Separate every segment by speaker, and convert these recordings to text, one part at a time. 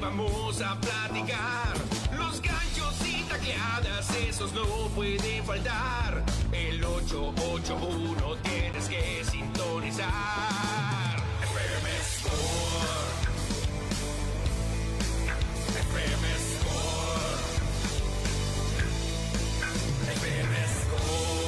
Speaker 1: vamos a platicar. Los ganchos y tacleadas, esos no pueden faltar. El 881 tienes que sintonizar. FM Score. FM Score. FM Score.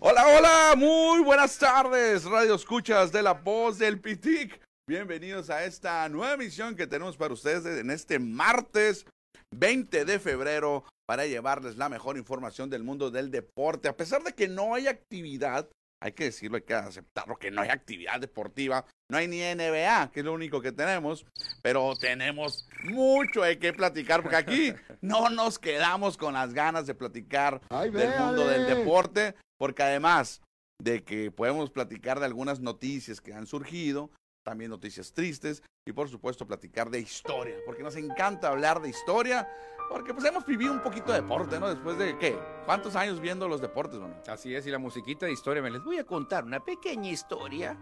Speaker 2: Hola, hola, muy buenas tardes, radio escuchas de la voz del Pitic. Bienvenidos a esta nueva emisión que tenemos para ustedes en este martes 20 de febrero para llevarles la mejor información del mundo del deporte. A pesar de que no hay actividad, hay que decirlo, hay que aceptarlo, que no hay actividad deportiva, no hay ni NBA, que es lo único que tenemos, pero tenemos mucho de qué platicar, porque aquí no nos quedamos con las ganas de platicar
Speaker 3: Ay,
Speaker 2: del
Speaker 3: ve,
Speaker 2: mundo del
Speaker 3: Ale.
Speaker 2: deporte, porque además de que podemos platicar de algunas noticias que han surgido, también noticias tristes y por supuesto platicar de historia, porque nos encanta hablar de historia, porque pues hemos vivido un poquito de deporte, ¿no? Después de qué, ¿cuántos años viendo los deportes, mami?
Speaker 4: Así es, y la musiquita de historia. Me les voy a contar una pequeña historia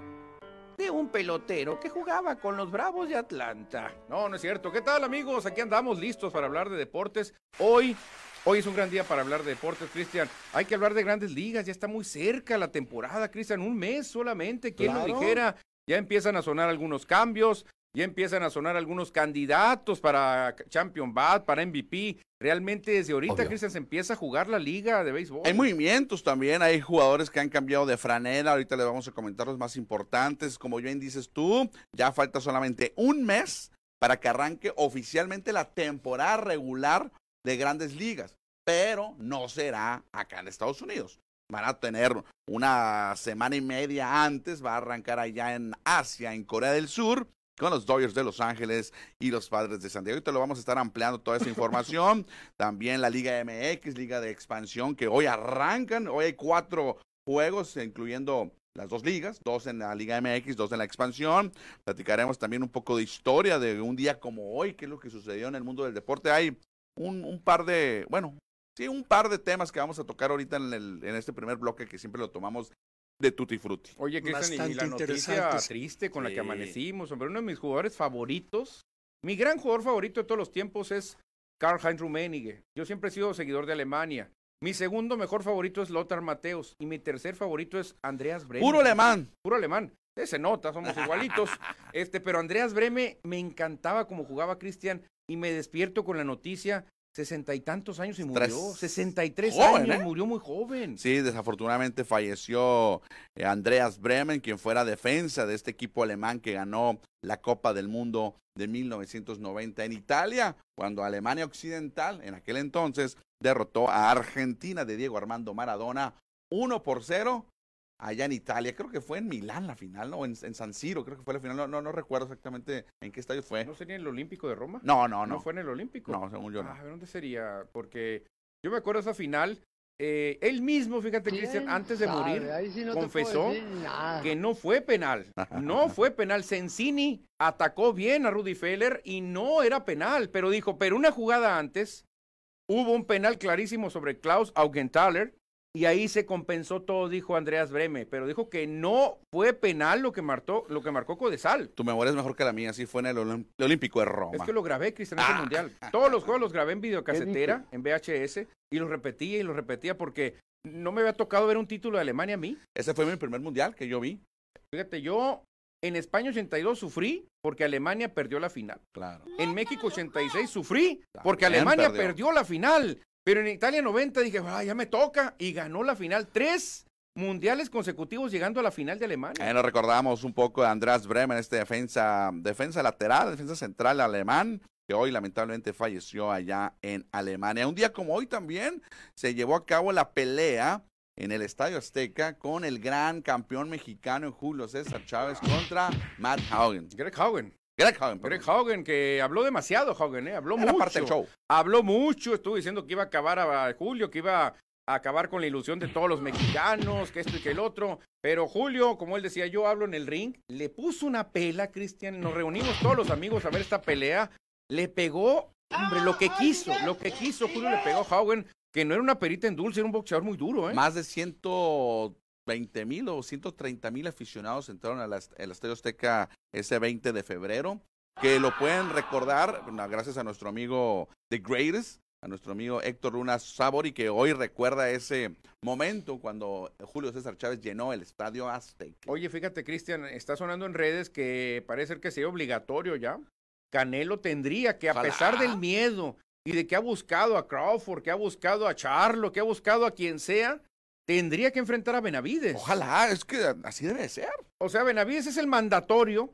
Speaker 4: de un pelotero que jugaba con los Bravos de Atlanta. No, no es cierto. ¿Qué tal, amigos? Aquí andamos listos para hablar de deportes. Hoy, hoy es un gran día para hablar de deportes, Cristian. Hay que hablar de grandes ligas. Ya está muy cerca la temporada, Cristian. Un mes solamente. ¿Quién lo
Speaker 3: Claro.
Speaker 4: dijera? Ya empiezan a sonar algunos cambios. Ya empiezan a sonar algunos candidatos para Champion Bat, para MVP. Realmente desde ahorita,
Speaker 3: Obvio.
Speaker 4: Cristian, se empieza a jugar la liga de béisbol.
Speaker 2: Hay movimientos también, hay jugadores que han cambiado de franela, ahorita les vamos a comentar los más importantes, como bien dices tú, ya falta solamente un mes para que arranque oficialmente la temporada regular de grandes ligas, pero no será acá en Estados Unidos. Van a tener una semana y media antes, va a arrancar allá en Asia, en Corea del Sur, con los Dodgers de Los Ángeles y los Padres de San Diego. Y te lo vamos a estar ampliando toda esa información. También la Liga MX, Liga de Expansión, que hoy arrancan. Hoy hay cuatro juegos, incluyendo las dos ligas, dos en la Liga MX, dos en la Expansión. Platicaremos también un poco de historia de un día como hoy, qué es lo que sucedió en el mundo del deporte. Hay un, un par de, bueno, sí, un par de temas que vamos a tocar ahorita en, el, en este primer bloque que siempre lo tomamos de Tutti Frutti.
Speaker 4: Oye, Cristian, y- y la
Speaker 5: Bastante
Speaker 4: noticia
Speaker 5: interesantes.
Speaker 4: triste con la
Speaker 2: Sí.
Speaker 4: que amanecimos, hombre, uno de mis jugadores favoritos, mi gran jugador favorito de todos los tiempos es Karl-Heinz Rummenigge. Yo siempre he sido seguidor de Alemania. Mi segundo mejor favorito es Lothar Mateus y mi tercer favorito es Andreas Bremer.
Speaker 2: Puro alemán.
Speaker 4: Puro alemán. Eh, Se nota, somos igualitos. Este, pero Andreas Breme me encantaba como jugaba Cristian y me despierto con la noticia, sesenta y tantos años y murió.
Speaker 2: Tres.
Speaker 4: Sesenta y tres
Speaker 2: Joven,
Speaker 4: años,
Speaker 2: ¿eh?
Speaker 4: murió muy joven.
Speaker 2: Sí, desafortunadamente falleció eh, Andreas Bremen, quien fuera defensa de este equipo alemán que ganó la Copa del Mundo de 1990 en Italia, cuando Alemania Occidental, en aquel entonces, derrotó a Argentina de Diego Armando Maradona 1 por 0 allá en Italia. Creo que fue en Milán la final, ¿no? En, en San Siro, creo que fue la final. No, no, no recuerdo exactamente en qué estadio fue.
Speaker 4: ¿No sería en el Olímpico de Roma?
Speaker 2: No, no,
Speaker 4: ¿No
Speaker 2: no.
Speaker 4: fue en el Olímpico?
Speaker 2: No, según yo
Speaker 4: Ah,
Speaker 2: no.
Speaker 4: ¿pero ¿dónde sería? Porque yo me acuerdo esa final. eh, él mismo, fíjate, Cristian, antes de morir, confesó que no fue penal. No fue penal. Sensini atacó bien a Rudy Feller y no era penal, pero dijo, pero una jugada antes hubo un penal clarísimo sobre Klaus Augenthaler y ahí se compensó todo, dijo Andreas Breme, pero dijo que no fue penal lo que, marcó lo que marcó Codesal.
Speaker 2: Tu memoria es mejor que la mía, sí fue en el Olim- Olímpico de Roma.
Speaker 4: Es que lo grabé, Cristian, ese
Speaker 2: Ah.
Speaker 4: mundial. Todos los juegos los grabé en videocasetera, en VHS, y los repetía y los repetía porque no me había tocado ver un título de Alemania a mí.
Speaker 2: Ese fue mi primer mundial que yo vi.
Speaker 4: Fíjate, yo en España 82 sufrí porque Alemania perdió la final.
Speaker 2: Claro.
Speaker 4: En México 86 sufrí porque
Speaker 2: También
Speaker 4: Alemania
Speaker 2: perdió.
Speaker 4: perdió. la final. Pero en Italia 90 dije, "Ah, ya me toca. Y ganó la final. Tres mundiales consecutivos llegando a la final de Alemania.
Speaker 2: Ahí nos recordamos un poco de András Bremen, este defensa, defensa lateral, defensa central alemán, que hoy lamentablemente falleció allá en Alemania. Un día como hoy también se llevó a cabo la pelea en el Estadio Azteca con el gran campeón mexicano Julio César Chávez contra Matt Haugen.
Speaker 4: Greg Haugen.
Speaker 2: Greg Haugen,
Speaker 4: Greg
Speaker 2: perdón.
Speaker 4: Haugen, que habló demasiado, Haugen, ¿eh? Habló
Speaker 2: Era
Speaker 4: mucho.
Speaker 2: parte del show.
Speaker 4: habló mucho, estuvo diciendo que iba a acabar a Julio, que iba a acabar con la ilusión de todos los mexicanos, que esto y que el otro. Pero Julio, como él decía, yo hablo en el ring, le puso una pela, Cristian, nos reunimos todos los amigos a ver esta pelea, le pegó, hombre, lo que quiso, lo que quiso Julio le pegó a Haugen,
Speaker 6: que no era una perita en dulce, era un boxeador muy duro, ¿eh?
Speaker 2: Más de 120 mil o 130 mil aficionados entraron al el Estadio Azteca ese 20 de febrero, que lo pueden recordar gracias a nuestro amigo The Greatest, a nuestro amigo Héctor Luna Sabori, que hoy recuerda ese momento cuando Julio César Chávez llenó el Estadio Azteca.
Speaker 6: Oye, fíjate, Cristian, está sonando en redes que parece ser que sea obligatorio ya. Canelo tendría que, a Ojalá. pesar del miedo y de que ha buscado a Crawford, que ha buscado a Charlo, que ha buscado a quien sea, tendría que enfrentar a Benavides.
Speaker 2: Ojalá, es que así debe ser.
Speaker 6: O sea, Benavides es el mandatorio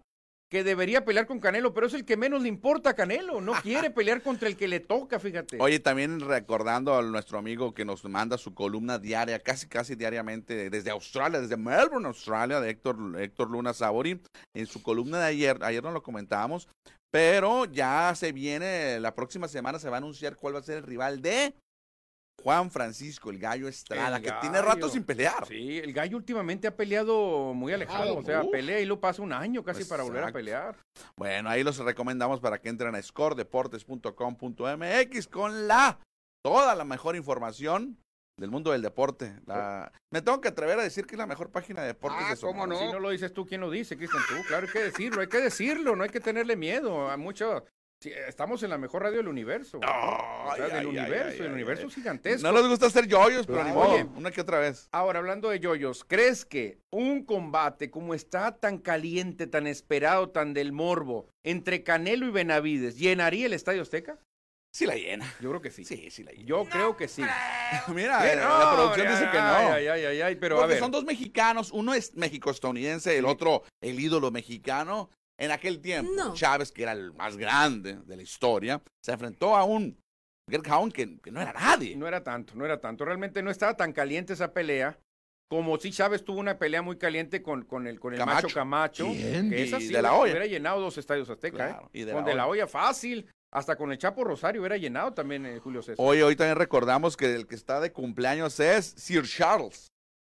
Speaker 6: que debería pelear con Canelo, pero es el que menos le importa a Canelo, no quiere pelear contra el que le toca, fíjate.
Speaker 2: Oye, también recordando a nuestro amigo que nos manda su columna diaria, casi casi diariamente, desde Australia, desde Melbourne, Australia, de Héctor, Héctor Luna Sabori, en su columna de ayer, ayer nos lo comentábamos, pero ya se viene, la próxima semana se va a anunciar cuál va a ser el rival de Juan Francisco, el gallo Estrada, el que gallo. tiene rato sin pelear.
Speaker 6: Sí, el gallo últimamente ha peleado muy alejado, o sea, pelea y lo pasa un año casi Exacto. para volver a pelear.
Speaker 2: Bueno, ahí los recomendamos para que entren a scoredeportes.com.mx con la toda la mejor información del mundo del deporte. La... Me tengo que atrever a decir que es la mejor página de deportes ah, de
Speaker 6: ¿cómo no? Si no lo dices tú, ¿quién lo dice, Cristian? Tú, claro, hay que decirlo, hay que decirlo, no hay que tenerle miedo a mucho... Sí, estamos en la mejor radio del universo. Oh, o sea, ay, del ay, universo, el universo es gigantesco.
Speaker 2: No nos gusta hacer yoyos, pero ni modo, una que otra vez.
Speaker 6: Ahora, hablando de yoyos, ¿crees que un combate como está tan caliente, tan esperado, tan del morbo, entre Canelo y Benavides, llenaría el Estadio Azteca?
Speaker 2: Sí la llena.
Speaker 6: Yo creo que sí.
Speaker 2: Sí, sí la llena.
Speaker 6: Yo no creo que sí.
Speaker 2: Creo. Mira, ver, no, la producción ya, dice que no.
Speaker 6: Ay, ay, ay, ay pero
Speaker 2: Porque a
Speaker 6: ver.
Speaker 2: son dos mexicanos, uno es méxico-estadounidense, el otro el ídolo mexicano. En aquel tiempo, no. Chávez, que era el más grande de la historia, se enfrentó a un Greg Hound que, que, no era nadie.
Speaker 6: No era tanto, no era tanto. Realmente no estaba tan caliente esa pelea. Como si Chávez tuvo una pelea muy caliente con, con el, con el Camacho. macho Camacho. Bien. Que esa sí
Speaker 2: de la olla.
Speaker 6: hubiera llenado dos estadios azteca. Claro, eh. y de con la de la olla fácil. Hasta con el Chapo Rosario hubiera llenado también eh, Julio César.
Speaker 2: Hoy, hoy también recordamos que el que está de cumpleaños es Sir Charles.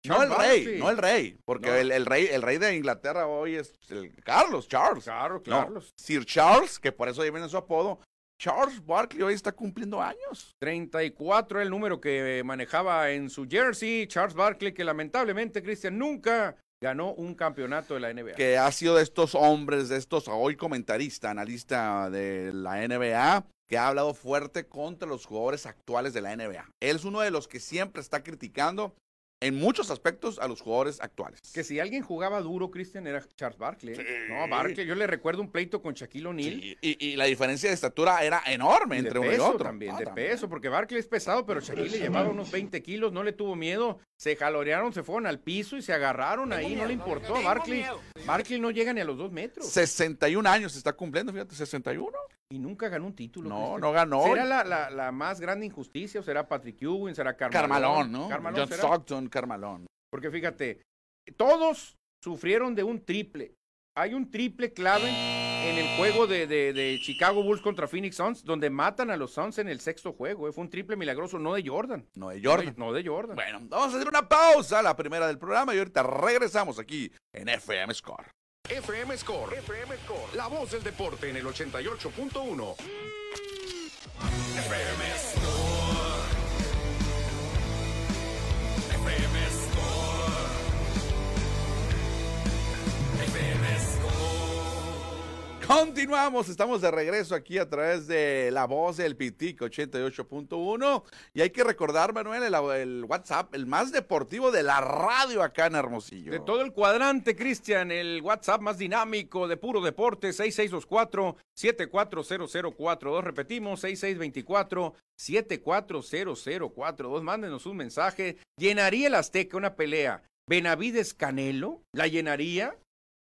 Speaker 2: No el rey, sí. no el rey, porque no. el, el, rey, el rey de Inglaterra hoy es el Carlos, Charles.
Speaker 6: Claro, Carlos.
Speaker 2: Oh, No, Sir Charles, que por eso ahí viene su apodo. Charles Barkley hoy está cumpliendo años.
Speaker 6: 34 el número que manejaba en su jersey. Charles Barkley, que lamentablemente, Cristian, nunca ganó un campeonato de la NBA.
Speaker 2: Que ha sido de estos hombres, de estos hoy comentarista, analista de la NBA, que ha hablado fuerte contra los jugadores actuales de la NBA. Él es uno de los que siempre está criticando en muchos aspectos a los jugadores actuales.
Speaker 6: Que si alguien jugaba duro, Cristian, era Charles Barkley. Sí. No, Barkley, yo le recuerdo un pleito con Shaquille O'Neal.
Speaker 2: Sí. Y, y, la diferencia de estatura era enorme
Speaker 6: y
Speaker 2: entre uno y otro.
Speaker 6: También, ah, de también. peso, porque Barkley es pesado, pero Shaquille le llevaba unos 20 kilos, no le tuvo miedo, se jalorearon, se fueron al piso y se agarraron ahí, miedo, no le importó a Barkley. Barkley no llega ni a los dos metros.
Speaker 2: 61 años se está cumpliendo, fíjate, 61.
Speaker 6: Y nunca ganó un título.
Speaker 2: No, Cristian. no ganó.
Speaker 6: ¿Será la, la, la, más grande injusticia? ¿O será Patrick Ewing? ¿Será Carmalón?
Speaker 2: Carmalón, ¿no? Carmalón, John Stockton, Carmalón.
Speaker 6: Porque fíjate, todos sufrieron de un triple. Hay un triple clave en el juego de, de, de Chicago Bulls contra Phoenix Suns, donde matan a los Suns en el sexto juego. ¿eh? Fue un triple milagroso, no de Jordan.
Speaker 2: No de Jordan.
Speaker 6: No de, no de Jordan.
Speaker 2: Bueno, vamos a hacer una pausa, la primera del programa, y ahorita regresamos aquí en FM Score.
Speaker 4: FM Score. FM Score. La voz del deporte en el 88.1. FM Score. FM Score. FM Score.
Speaker 2: Continuamos, estamos de regreso aquí a través de la voz del Pitic 88.1 y hay que recordar, Manuel, el, el, WhatsApp, el más deportivo de la radio acá en Hermosillo.
Speaker 6: De todo el cuadrante, Cristian, el WhatsApp más dinámico de puro deporte, 6624-740042. Repetimos, 6624-740042. Mándenos un mensaje. ¿Llenaría el Azteca una pelea? ¿Benavides Canelo? ¿La llenaría?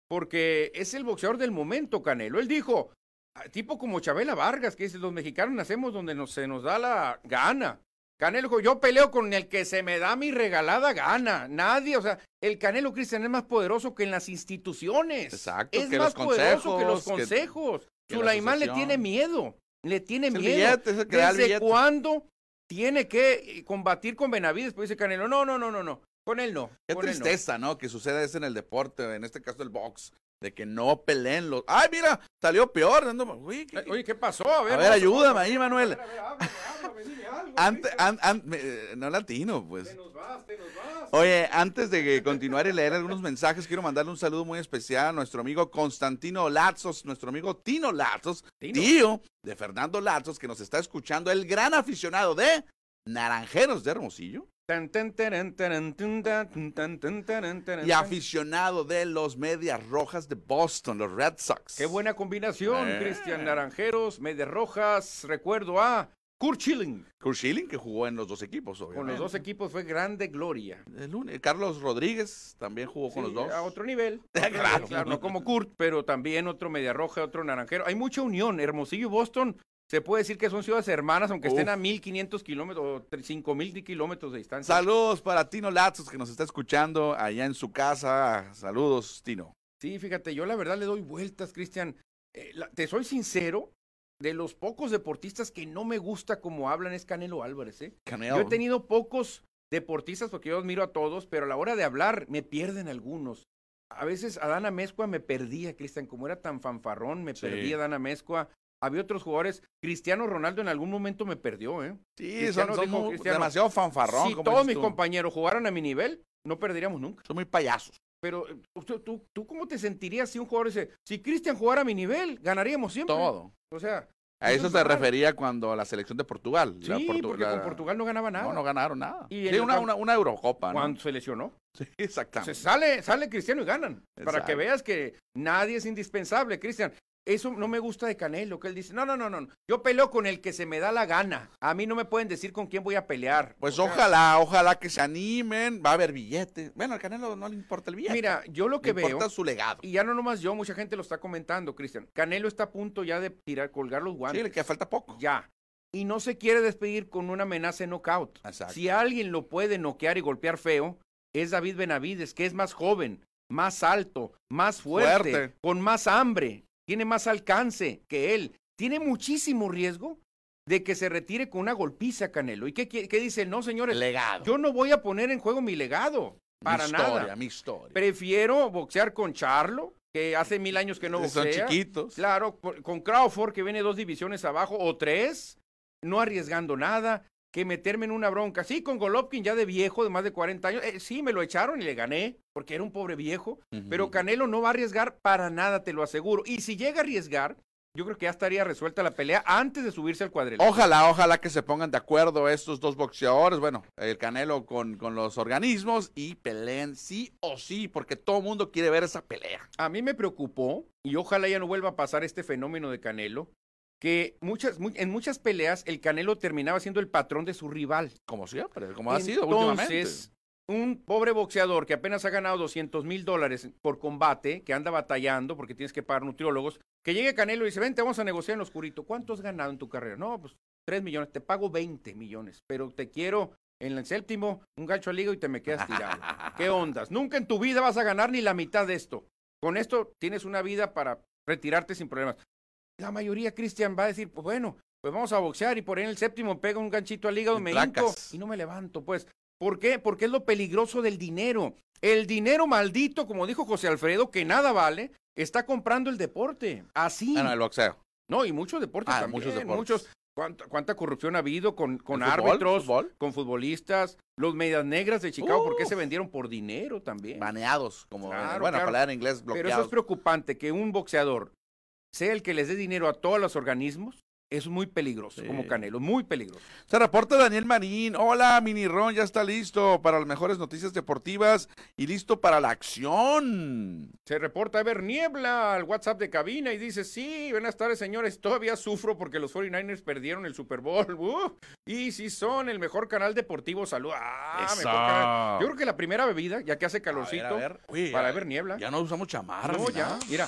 Speaker 6: Porque es el boxeador del momento, Canelo. Él dijo, "Ah, tipo como Chabela Vargas, que dice, los mexicanos nacemos donde nos, se nos da la gana. Canelo dijo, yo peleo con el que se me da mi regalada gana. Nadie, o sea, el Canelo Cristian es más poderoso que en las instituciones.
Speaker 2: Exacto.
Speaker 6: Es que más los poderoso consejos, que los consejos. Que, Sulaimán que le tiene miedo. Le tiene
Speaker 2: es
Speaker 6: miedo.
Speaker 2: Billete,
Speaker 6: ¿Desde cuándo tiene que eh, combatir con Benavides? Pues dice Canelo, no, no, no, no, no. Con él no.
Speaker 2: Qué
Speaker 6: con
Speaker 2: tristeza, no. no. Que suceda eso en el deporte, en este caso el box de que no peleen los. ¡Ay, mira! Salió peor. Dando...
Speaker 6: Uy, ¿qué... Oye, ¿qué pasó? A ver,
Speaker 2: a ver ayúdame ahí, Manuel. Antes, an, an, me, no latino, pues. Te nos vas, te nos vas. Oye, antes de continuar y leer algunos mensajes, quiero mandarle un saludo muy especial a nuestro amigo Constantino Lazos, nuestro amigo Tino Lazos, Tino. tío de Fernando Lazos, que nos está escuchando, el gran aficionado de Naranjeros de Hermosillo. Y aficionado de los Medias Rojas de Boston, los Red Sox.
Speaker 6: Qué buena combinación, eh. Cristian Naranjeros, Medias Rojas. Recuerdo a Kurt Schilling.
Speaker 2: Kurt Schilling, que jugó en los dos equipos, obviamente.
Speaker 6: Con los dos equipos fue grande gloria.
Speaker 2: El un... Carlos Rodríguez también jugó sí, con los dos.
Speaker 6: A otro nivel. claro, claro, no como Kurt, pero también otro media roja, otro naranjero. Hay mucha unión. Hermosillo y Boston se puede decir que son ciudades hermanas, aunque Uf. estén a 1500 kilómetros o 5000 kilómetros de distancia.
Speaker 2: Saludos para Tino Lazos, que nos está escuchando allá en su casa. Saludos, Tino.
Speaker 6: Sí, fíjate, yo la verdad le doy vueltas, Cristian. Eh, la... te soy sincero, de los pocos deportistas que no me gusta como hablan es Canelo Álvarez, ¿eh? Canelo. Yo he tenido pocos deportistas porque yo admiro a todos, pero a la hora de hablar me pierden algunos. A veces a Dana Mezcua me perdía, Cristian, como era tan fanfarrón, me sí. perdía Dana Mezcua. Había otros jugadores. Cristiano Ronaldo en algún momento me perdió, ¿eh?
Speaker 2: Sí, son, son dijo, demasiado fanfarrón.
Speaker 6: Si todos mis tú? compañeros jugaran a mi nivel, no perderíamos nunca.
Speaker 2: Son muy payasos.
Speaker 6: Pero ¿tú, tú, tú cómo te sentirías si un jugador dice, si Cristian jugara a mi nivel, ganaríamos siempre?
Speaker 2: Todo.
Speaker 6: O sea...
Speaker 2: A eso, eso se refería cuando a la selección de Portugal.
Speaker 6: Sí,
Speaker 2: la
Speaker 6: Portu porque la... con Portugal no ganaba nada.
Speaker 2: No, no ganaron nada. Y sí, una, una, una, Eurocopa.
Speaker 6: Cuando ¿no? se lesionó.
Speaker 2: Sí, exactamente.
Speaker 6: Se sale, sale Cristiano y ganan. Exacto. Para que veas que nadie es indispensable, Cristian. Eso no me gusta de Canelo, que él dice, no, no, no, no, yo peleo con el que se me da la gana. A mí no me pueden decir con quién voy a pelear.
Speaker 2: Pues o sea, ojalá, ojalá que se animen, va a haber billete. Bueno, al Canelo no le importa el billete.
Speaker 6: Mira, yo lo que
Speaker 2: le
Speaker 6: veo...
Speaker 2: Importa su legado.
Speaker 6: Y ya no nomás yo, mucha gente lo está comentando, Cristian. Canelo está a punto ya de tirar, colgar los guantes.
Speaker 2: Sí, le queda falta poco.
Speaker 6: Ya. Y no se quiere despedir con una amenaza de knockout. Exacto. Si alguien lo puede noquear y golpear feo, es David Benavides, que es más joven, más alto, más fuerte. fuerte. con más hambre tiene más alcance que él, tiene muchísimo riesgo de que se retire con una golpiza Canelo. ¿Y qué, qué, qué dice? No, señores,
Speaker 2: legado.
Speaker 6: yo no voy a poner en juego mi legado. Para
Speaker 2: mi historia,
Speaker 6: nada.
Speaker 2: Mi historia.
Speaker 6: Prefiero boxear con Charlo, que hace mil años que no boxea.
Speaker 2: Son chiquitos.
Speaker 6: Claro, por, con Crawford, que viene dos divisiones abajo, o tres, no arriesgando nada, que meterme en una bronca. Sí, con Golovkin ya de viejo, de más de 40 años. Eh, sí, me lo echaron y le gané porque era un pobre viejo, uh -huh. pero Canelo no va a arriesgar para nada, te lo aseguro. Y si llega a arriesgar, yo creo que ya estaría resuelta la pelea antes de subirse al cuadrilátero.
Speaker 2: Ojalá, ojalá que se pongan de acuerdo estos dos boxeadores, bueno, el Canelo con, con los organismos y peleen sí o sí, porque todo el mundo quiere ver esa pelea.
Speaker 6: A mí me preocupó, y ojalá ya no vuelva a pasar este fenómeno de Canelo, que muchas, en muchas peleas el Canelo terminaba siendo el patrón de su rival.
Speaker 2: Como siempre, como ha sido últimamente. Entonces,
Speaker 6: un pobre boxeador que apenas ha ganado 200 mil dólares por combate, que anda batallando porque tienes que pagar nutriólogos, que llegue Canelo y dice, vente, vamos a negociar en oscurito. ¿Cuánto has ganado en tu carrera? No, pues 3 millones, te pago 20 millones, pero te quiero en el séptimo un gancho al hígado y te me quedas tirado. ¿Qué ondas? Nunca en tu vida vas a ganar ni la mitad de esto. Con esto tienes una vida para retirarte sin problemas. La mayoría, Cristian, va a decir, pues bueno, pues vamos a boxear y por ahí en el séptimo pego un ganchito al hígado, me hinco y no me levanto, pues. ¿Por qué? Porque es lo peligroso del dinero. El dinero maldito, como dijo José Alfredo, que nada vale, está comprando el deporte. Así.
Speaker 2: Ah, no, el boxeo.
Speaker 6: No, y muchos deportes ah, también. Muchos deportes. Muchos, ¿cuánta, ¿Cuánta, corrupción ha habido con, con árbitros, fútbol, fútbol? con futbolistas, los medias negras de Chicago, uh, porque se vendieron por dinero también.
Speaker 2: Baneados, como claro, bueno, claro. palabra en inglés bloqueados.
Speaker 6: Eh, Pero eso es preocupante que un boxeador sea el que les dé dinero a todos los organismos, es muy peligroso, sí. como Canelo, muy peligroso.
Speaker 2: Se reporta Daniel Marín. Hola, Mini Ron, ya está listo para las mejores noticias deportivas y listo para la acción.
Speaker 6: Se reporta Ever Niebla al WhatsApp de cabina y dice: Sí, buenas tardes, señores. Todavía sufro porque los 49ers perdieron el Super Bowl. Uh, y si son el mejor canal deportivo, salud. Ah, mejor canal. Yo creo que la primera bebida, ya que hace calorcito, a ver, a ver. Uy, para Ever Niebla.
Speaker 2: Ya no usamos chamarra.
Speaker 6: No, ya, mira.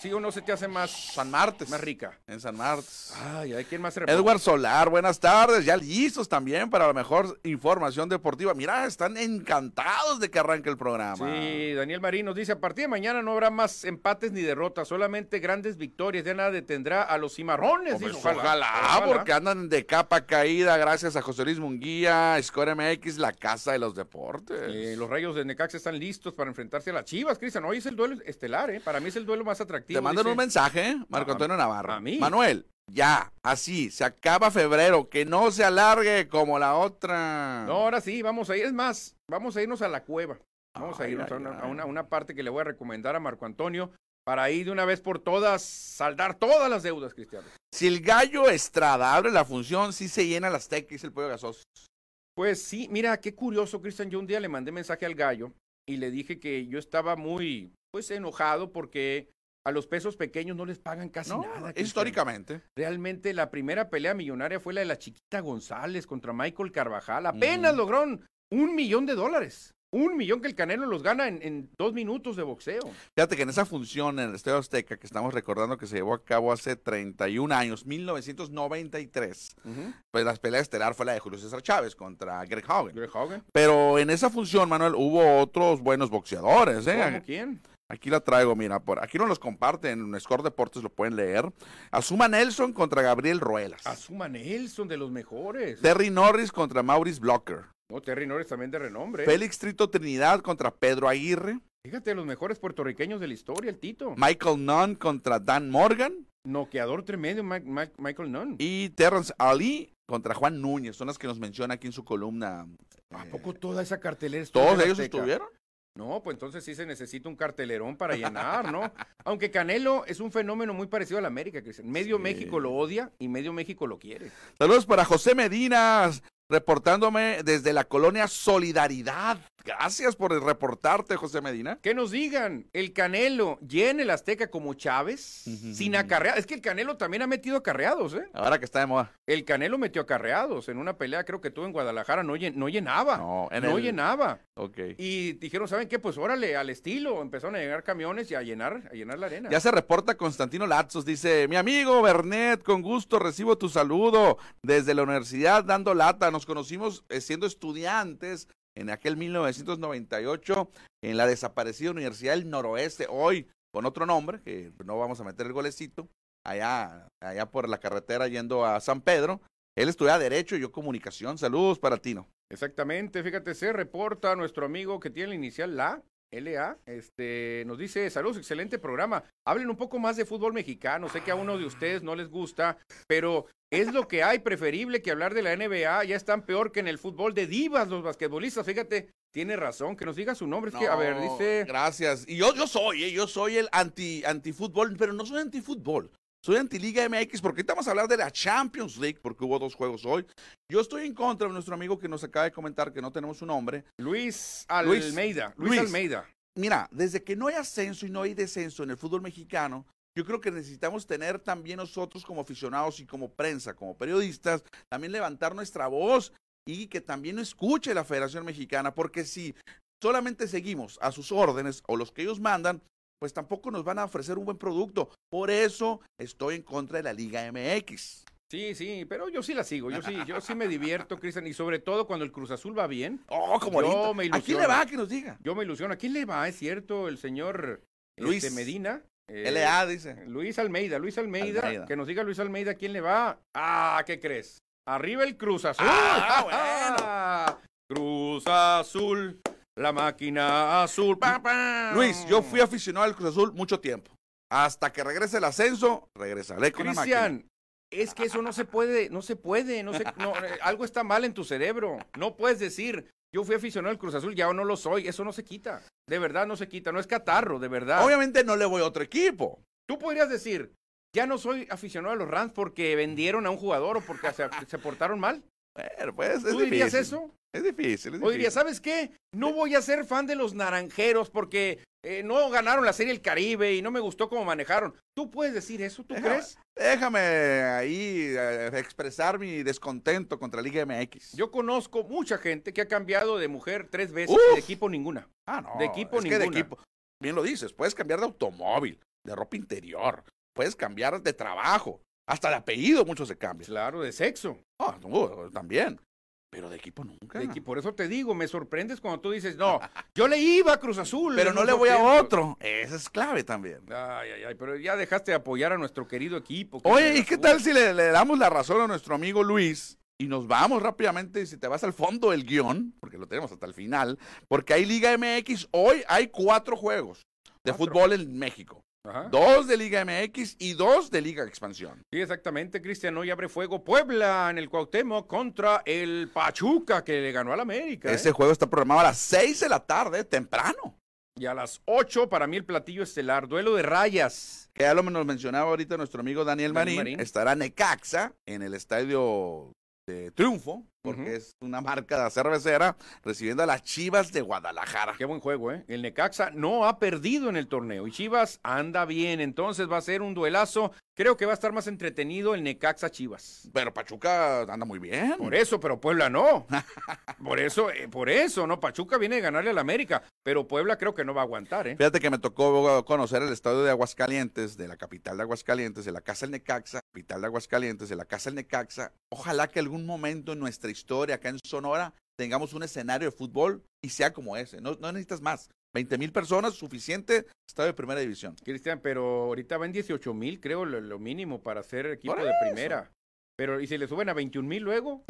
Speaker 6: ¿Sí o no se te hace más
Speaker 2: San Martes?
Speaker 6: Más rica.
Speaker 2: En San Martes.
Speaker 6: Ay, ay, ¿quién más se repone?
Speaker 2: Edward Solar, buenas tardes. Ya listos también para la mejor información deportiva. Mira, están encantados de que arranque el programa.
Speaker 6: Sí, Daniel Marín nos dice, a partir de mañana no habrá más empates ni derrotas, solamente grandes victorias. Ya nada detendrá a los cimarrones.
Speaker 2: Hombre, ojalá, ojalá, ojalá, porque andan de capa caída gracias a José Luis Munguía, Score MX, la casa de los deportes.
Speaker 6: Eh, los rayos de Necaxa están listos para enfrentarse a las Chivas, Cristian. Hoy es el duelo estelar, ¿eh? Para mí es el duelo más atractivo.
Speaker 2: Te mandan
Speaker 6: dice.
Speaker 2: un mensaje, Marco
Speaker 6: A-
Speaker 2: Antonio Navarro.
Speaker 6: a mí.
Speaker 2: Manuel, ya, así, se acaba febrero, que no se alargue como la otra.
Speaker 6: No, ahora sí, vamos a ir. Es más, vamos a irnos a la cueva. Vamos a
Speaker 2: Ay,
Speaker 6: irnos a
Speaker 2: ay,
Speaker 6: una, a
Speaker 2: ay.
Speaker 6: una- una parte que le voy a recomendar a Marco Antonio para ir de una vez por todas, saldar todas las deudas, Cristiano.
Speaker 2: Si el gallo Estrada abre la función, sí se llena las tecas, dice el pollo gasoso.
Speaker 6: Pues sí, mira, qué curioso, Cristian. Yo un día le mandé mensaje al gallo y le dije que yo estaba muy, pues, enojado porque a los pesos pequeños no les pagan casi
Speaker 2: No,
Speaker 6: nada. Cristian.
Speaker 2: históricamente.
Speaker 6: Realmente la primera pelea millonaria fue la de la chiquita González contra Michael Carvajal. Apenas
Speaker 2: Ujú.
Speaker 6: lograron un millón de dólares. Un millón que el Canelo los gana en, en dos minutos de boxeo.
Speaker 2: Fíjate que en esa función en el Estadio Azteca que estamos recordando que se llevó a cabo hace 31 años, 1993, pues la pelea estelar fue la de Julio César Chávez contra Greg Hogan.
Speaker 6: Greg Hogan.
Speaker 2: Pero en esa función, Manuel, hubo otros buenos boxeadores, ¿eh?
Speaker 6: ¿Cómo quién?
Speaker 2: Aquí la traigo, mira, por aquí no los comparte, en Score Deportes lo pueden leer. Azuma Nelson contra Gabriel Ruelas.
Speaker 6: Azuma Nelson, de los mejores.
Speaker 2: Terry Norris contra Maurice Blocker.
Speaker 6: No, Terry Norris también de renombre. ¿eh?
Speaker 2: Félix Trito Trinidad contra Pedro Aguirre.
Speaker 6: Fíjate, los mejores puertorriqueños de la historia, el Tito.
Speaker 2: Michael Nunn contra Dan Morgan.
Speaker 6: Noqueador tremendo, Ma- Ma- Michael Nunn.
Speaker 2: Y Terrence Ali contra Juan Núñez. Son las que nos menciona aquí en su columna.
Speaker 6: ¿A
Speaker 2: Eh,
Speaker 6: poco toda esa cartelera estuvo en
Speaker 2: ¿Todos
Speaker 6: la
Speaker 2: ellos
Speaker 6: Azteca?
Speaker 2: estuvieron?
Speaker 6: No, pues entonces sí se necesita un cartelerón para llenar, ¿no? Aunque Canelo es un fenómeno muy parecido a la América, Cristian. Medio
Speaker 2: Sí.
Speaker 6: México lo odia y medio México lo quiere.
Speaker 2: Saludos para José Medina, reportándome desde la colonia Solidaridad. Gracias por reportarte, José Medina.
Speaker 6: Que nos digan, el Canelo llena el Azteca como Chávez,
Speaker 2: Ujú.
Speaker 6: sin acarreados. Es que el Canelo también ha metido acarreados, ¿eh?
Speaker 2: Ahora que está de moda.
Speaker 6: El Canelo metió acarreados en una pelea, creo que tuvo en Guadalajara, no, llen- no llenaba. Ah, No,
Speaker 2: No, en el-
Speaker 6: llenaba.
Speaker 2: Ok.
Speaker 6: Y dijeron, ¿saben qué? Pues órale, al estilo. Empezaron a llegar camiones y a llenar, a llenar la arena.
Speaker 2: Ya se reporta Constantino Latzos, dice, mi amigo Bernet, con gusto recibo tu saludo desde la universidad dando lata. Nos conocimos eh, siendo estudiantes en aquel 1998 en la desaparecida Universidad del Noroeste, hoy con otro nombre, que no vamos a meter el golecito, allá, allá por la carretera yendo a San Pedro. Él estudia Derecho y yo Comunicación. Saludos para Tino.
Speaker 6: Exactamente, fíjate, se reporta nuestro amigo que tiene la inicial La, LA, este, nos dice, saludos, excelente programa. Hablen un poco más de fútbol mexicano, sé que a uno de ustedes no les gusta, pero es lo que hay, preferible que hablar de la NBA, ya están peor que en el fútbol de divas los basquetbolistas, fíjate, tiene razón, que nos diga su nombre, es que, a ver,
Speaker 2: No,
Speaker 6: dice...
Speaker 2: Gracias. Y yo, yo soy, ¿eh? yo soy el anti, antifútbol, pero no soy antifútbol. Soy anti-Liga MX porque ahorita vamos a hablar de la Champions League porque hubo dos juegos hoy. Yo estoy en contra de nuestro amigo que nos acaba de comentar que no tenemos su nombre.
Speaker 6: Luis
Speaker 2: Luis,
Speaker 6: Almeida. Luis,
Speaker 2: Luis.
Speaker 6: Almeida.
Speaker 2: Mira, desde que no hay ascenso y no hay descenso en el fútbol mexicano, yo creo que necesitamos tener también nosotros como aficionados y como prensa, como periodistas, también levantar nuestra voz y que también nos escuche la Federación Mexicana, porque si solamente seguimos a sus órdenes o los que ellos mandan, pues tampoco nos van a ofrecer un buen producto. Por eso estoy en contra de la Liga MX.
Speaker 6: Sí, sí, pero yo sí la sigo, yo sí, yo sí me divierto, Cristian, y sobre todo cuando el Cruz Azul va bien.
Speaker 2: Oh, como
Speaker 6: Yo
Speaker 2: ahorita.
Speaker 6: me
Speaker 2: Aquí le
Speaker 6: ilusiono.
Speaker 2: va que nos diga.
Speaker 6: Yo me ilusiono. ¿A quién le va? Es cierto, el señor este,
Speaker 2: Luis.
Speaker 6: Medina. eh,
Speaker 2: LA dice.
Speaker 6: Luis Almeida, Luis Almeida,
Speaker 2: Almeida.
Speaker 6: Que nos diga Luis Almeida, ¿quién le va? Ah, ¿qué crees? Arriba el Cruz Azul.
Speaker 2: Ah,
Speaker 6: Cruz Azul, la máquina azul. ¡Pam, pam!
Speaker 2: Luis, yo fui aficionado al Cruz Azul mucho tiempo. Hasta que regrese el ascenso, regresaré con la máquina.
Speaker 6: Cristian, es que eso no se puede, no se puede, no sé, no, eh, algo está mal en tu cerebro. No puedes decir, yo fui aficionado al Cruz Azul, ya no lo soy. Eso no se quita. De verdad no se quita, no es catarro, de verdad.
Speaker 2: Obviamente no le voy a otro equipo.
Speaker 6: Tú podrías decir, ya no soy aficionado a los Rams porque vendieron a un jugador o porque se, se portaron mal.
Speaker 2: Pero pues es
Speaker 6: ¿Tú dirías
Speaker 2: difícil.
Speaker 6: eso?
Speaker 2: Es difícil, es
Speaker 6: ¿O
Speaker 2: difícil.
Speaker 6: dirías, sabes qué? No voy a ser fan de los naranjeros porque eh, no ganaron la Serie del Caribe y no me gustó cómo manejaron. ¿Tú puedes decir eso? ¿Tú
Speaker 2: Déjame-
Speaker 6: crees?
Speaker 2: Déjame ahí eh, expresar mi descontento contra Liga MX.
Speaker 6: Yo conozco mucha gente que ha cambiado de mujer tres veces y
Speaker 2: Uf.
Speaker 6: de equipo ninguna.
Speaker 2: ah, no,
Speaker 6: de equipo
Speaker 2: es que de
Speaker 6: ninguna.
Speaker 2: equipo. Bien lo dices, puedes cambiar de automóvil, de ropa interior, puedes cambiar de trabajo, hasta de apellido muchos se cambian.
Speaker 6: Claro, de sexo.
Speaker 2: Ah, no, también. Pero de equipo nunca.
Speaker 6: De equipo, por eso te digo, me sorprendes cuando tú dices, no, yo le iba a Cruz Azul.
Speaker 2: pero no le voy tiempo. a otro. Esa es clave también.
Speaker 6: Ay, ay, ay, pero ya dejaste de apoyar a nuestro querido equipo.
Speaker 2: Que Oye, ¿y qué tal si le, le, damos la razón a nuestro amigo Luis? Y nos vamos rápidamente, y si te vas al fondo del guión, porque lo tenemos hasta el final, porque hay Liga MX, hoy hay cuatro juegos de ¿Cuatro? fútbol en México. Ajá. Dos de Liga MX y dos de Liga Expansión.
Speaker 6: Sí, exactamente, Cristian. Hoy abre fuego Puebla en el Cuauhtémoc contra el Pachuca que le ganó al América.
Speaker 2: Ese
Speaker 6: ¿eh?
Speaker 2: juego está programado a las 6 de la tarde, temprano.
Speaker 6: Y a las 8, para mí, el platillo estelar, duelo de rayas.
Speaker 2: Que ya lo nos mencionaba ahorita nuestro amigo Daniel, Daniel Marín, Marín. Estará Necaxa en el estadio de Triunfo, porque uh -huh. es una marca de cervecera, recibiendo a las Chivas de Guadalajara.
Speaker 6: Qué buen juego, ¿eh? El Necaxa no ha perdido en el torneo y Chivas anda bien, entonces va a ser un duelazo. Creo que va a estar más entretenido el Necaxa Chivas.
Speaker 2: Pero Pachuca anda muy bien.
Speaker 6: Por eso, pero Puebla no. por eso, eh, por eso, ¿no? Pachuca viene de ganarle al América, pero Puebla creo que no va a aguantar, ¿eh?
Speaker 2: Fíjate que me tocó conocer el estadio de Aguascalientes, de la capital de Aguascalientes, de la casa del Necaxa, capital de Aguascalientes, de la casa del Necaxa. Ojalá que algún momento en nuestra historia acá en Sonora tengamos un escenario de fútbol y sea como ese. No, no necesitas más. 20 mil personas, suficiente, estado de primera división.
Speaker 6: Cristian, pero ahorita van 18 mil, creo, lo, lo, mínimo para ser equipo de primera. Pero, ¿y si le suben a 21 mil luego?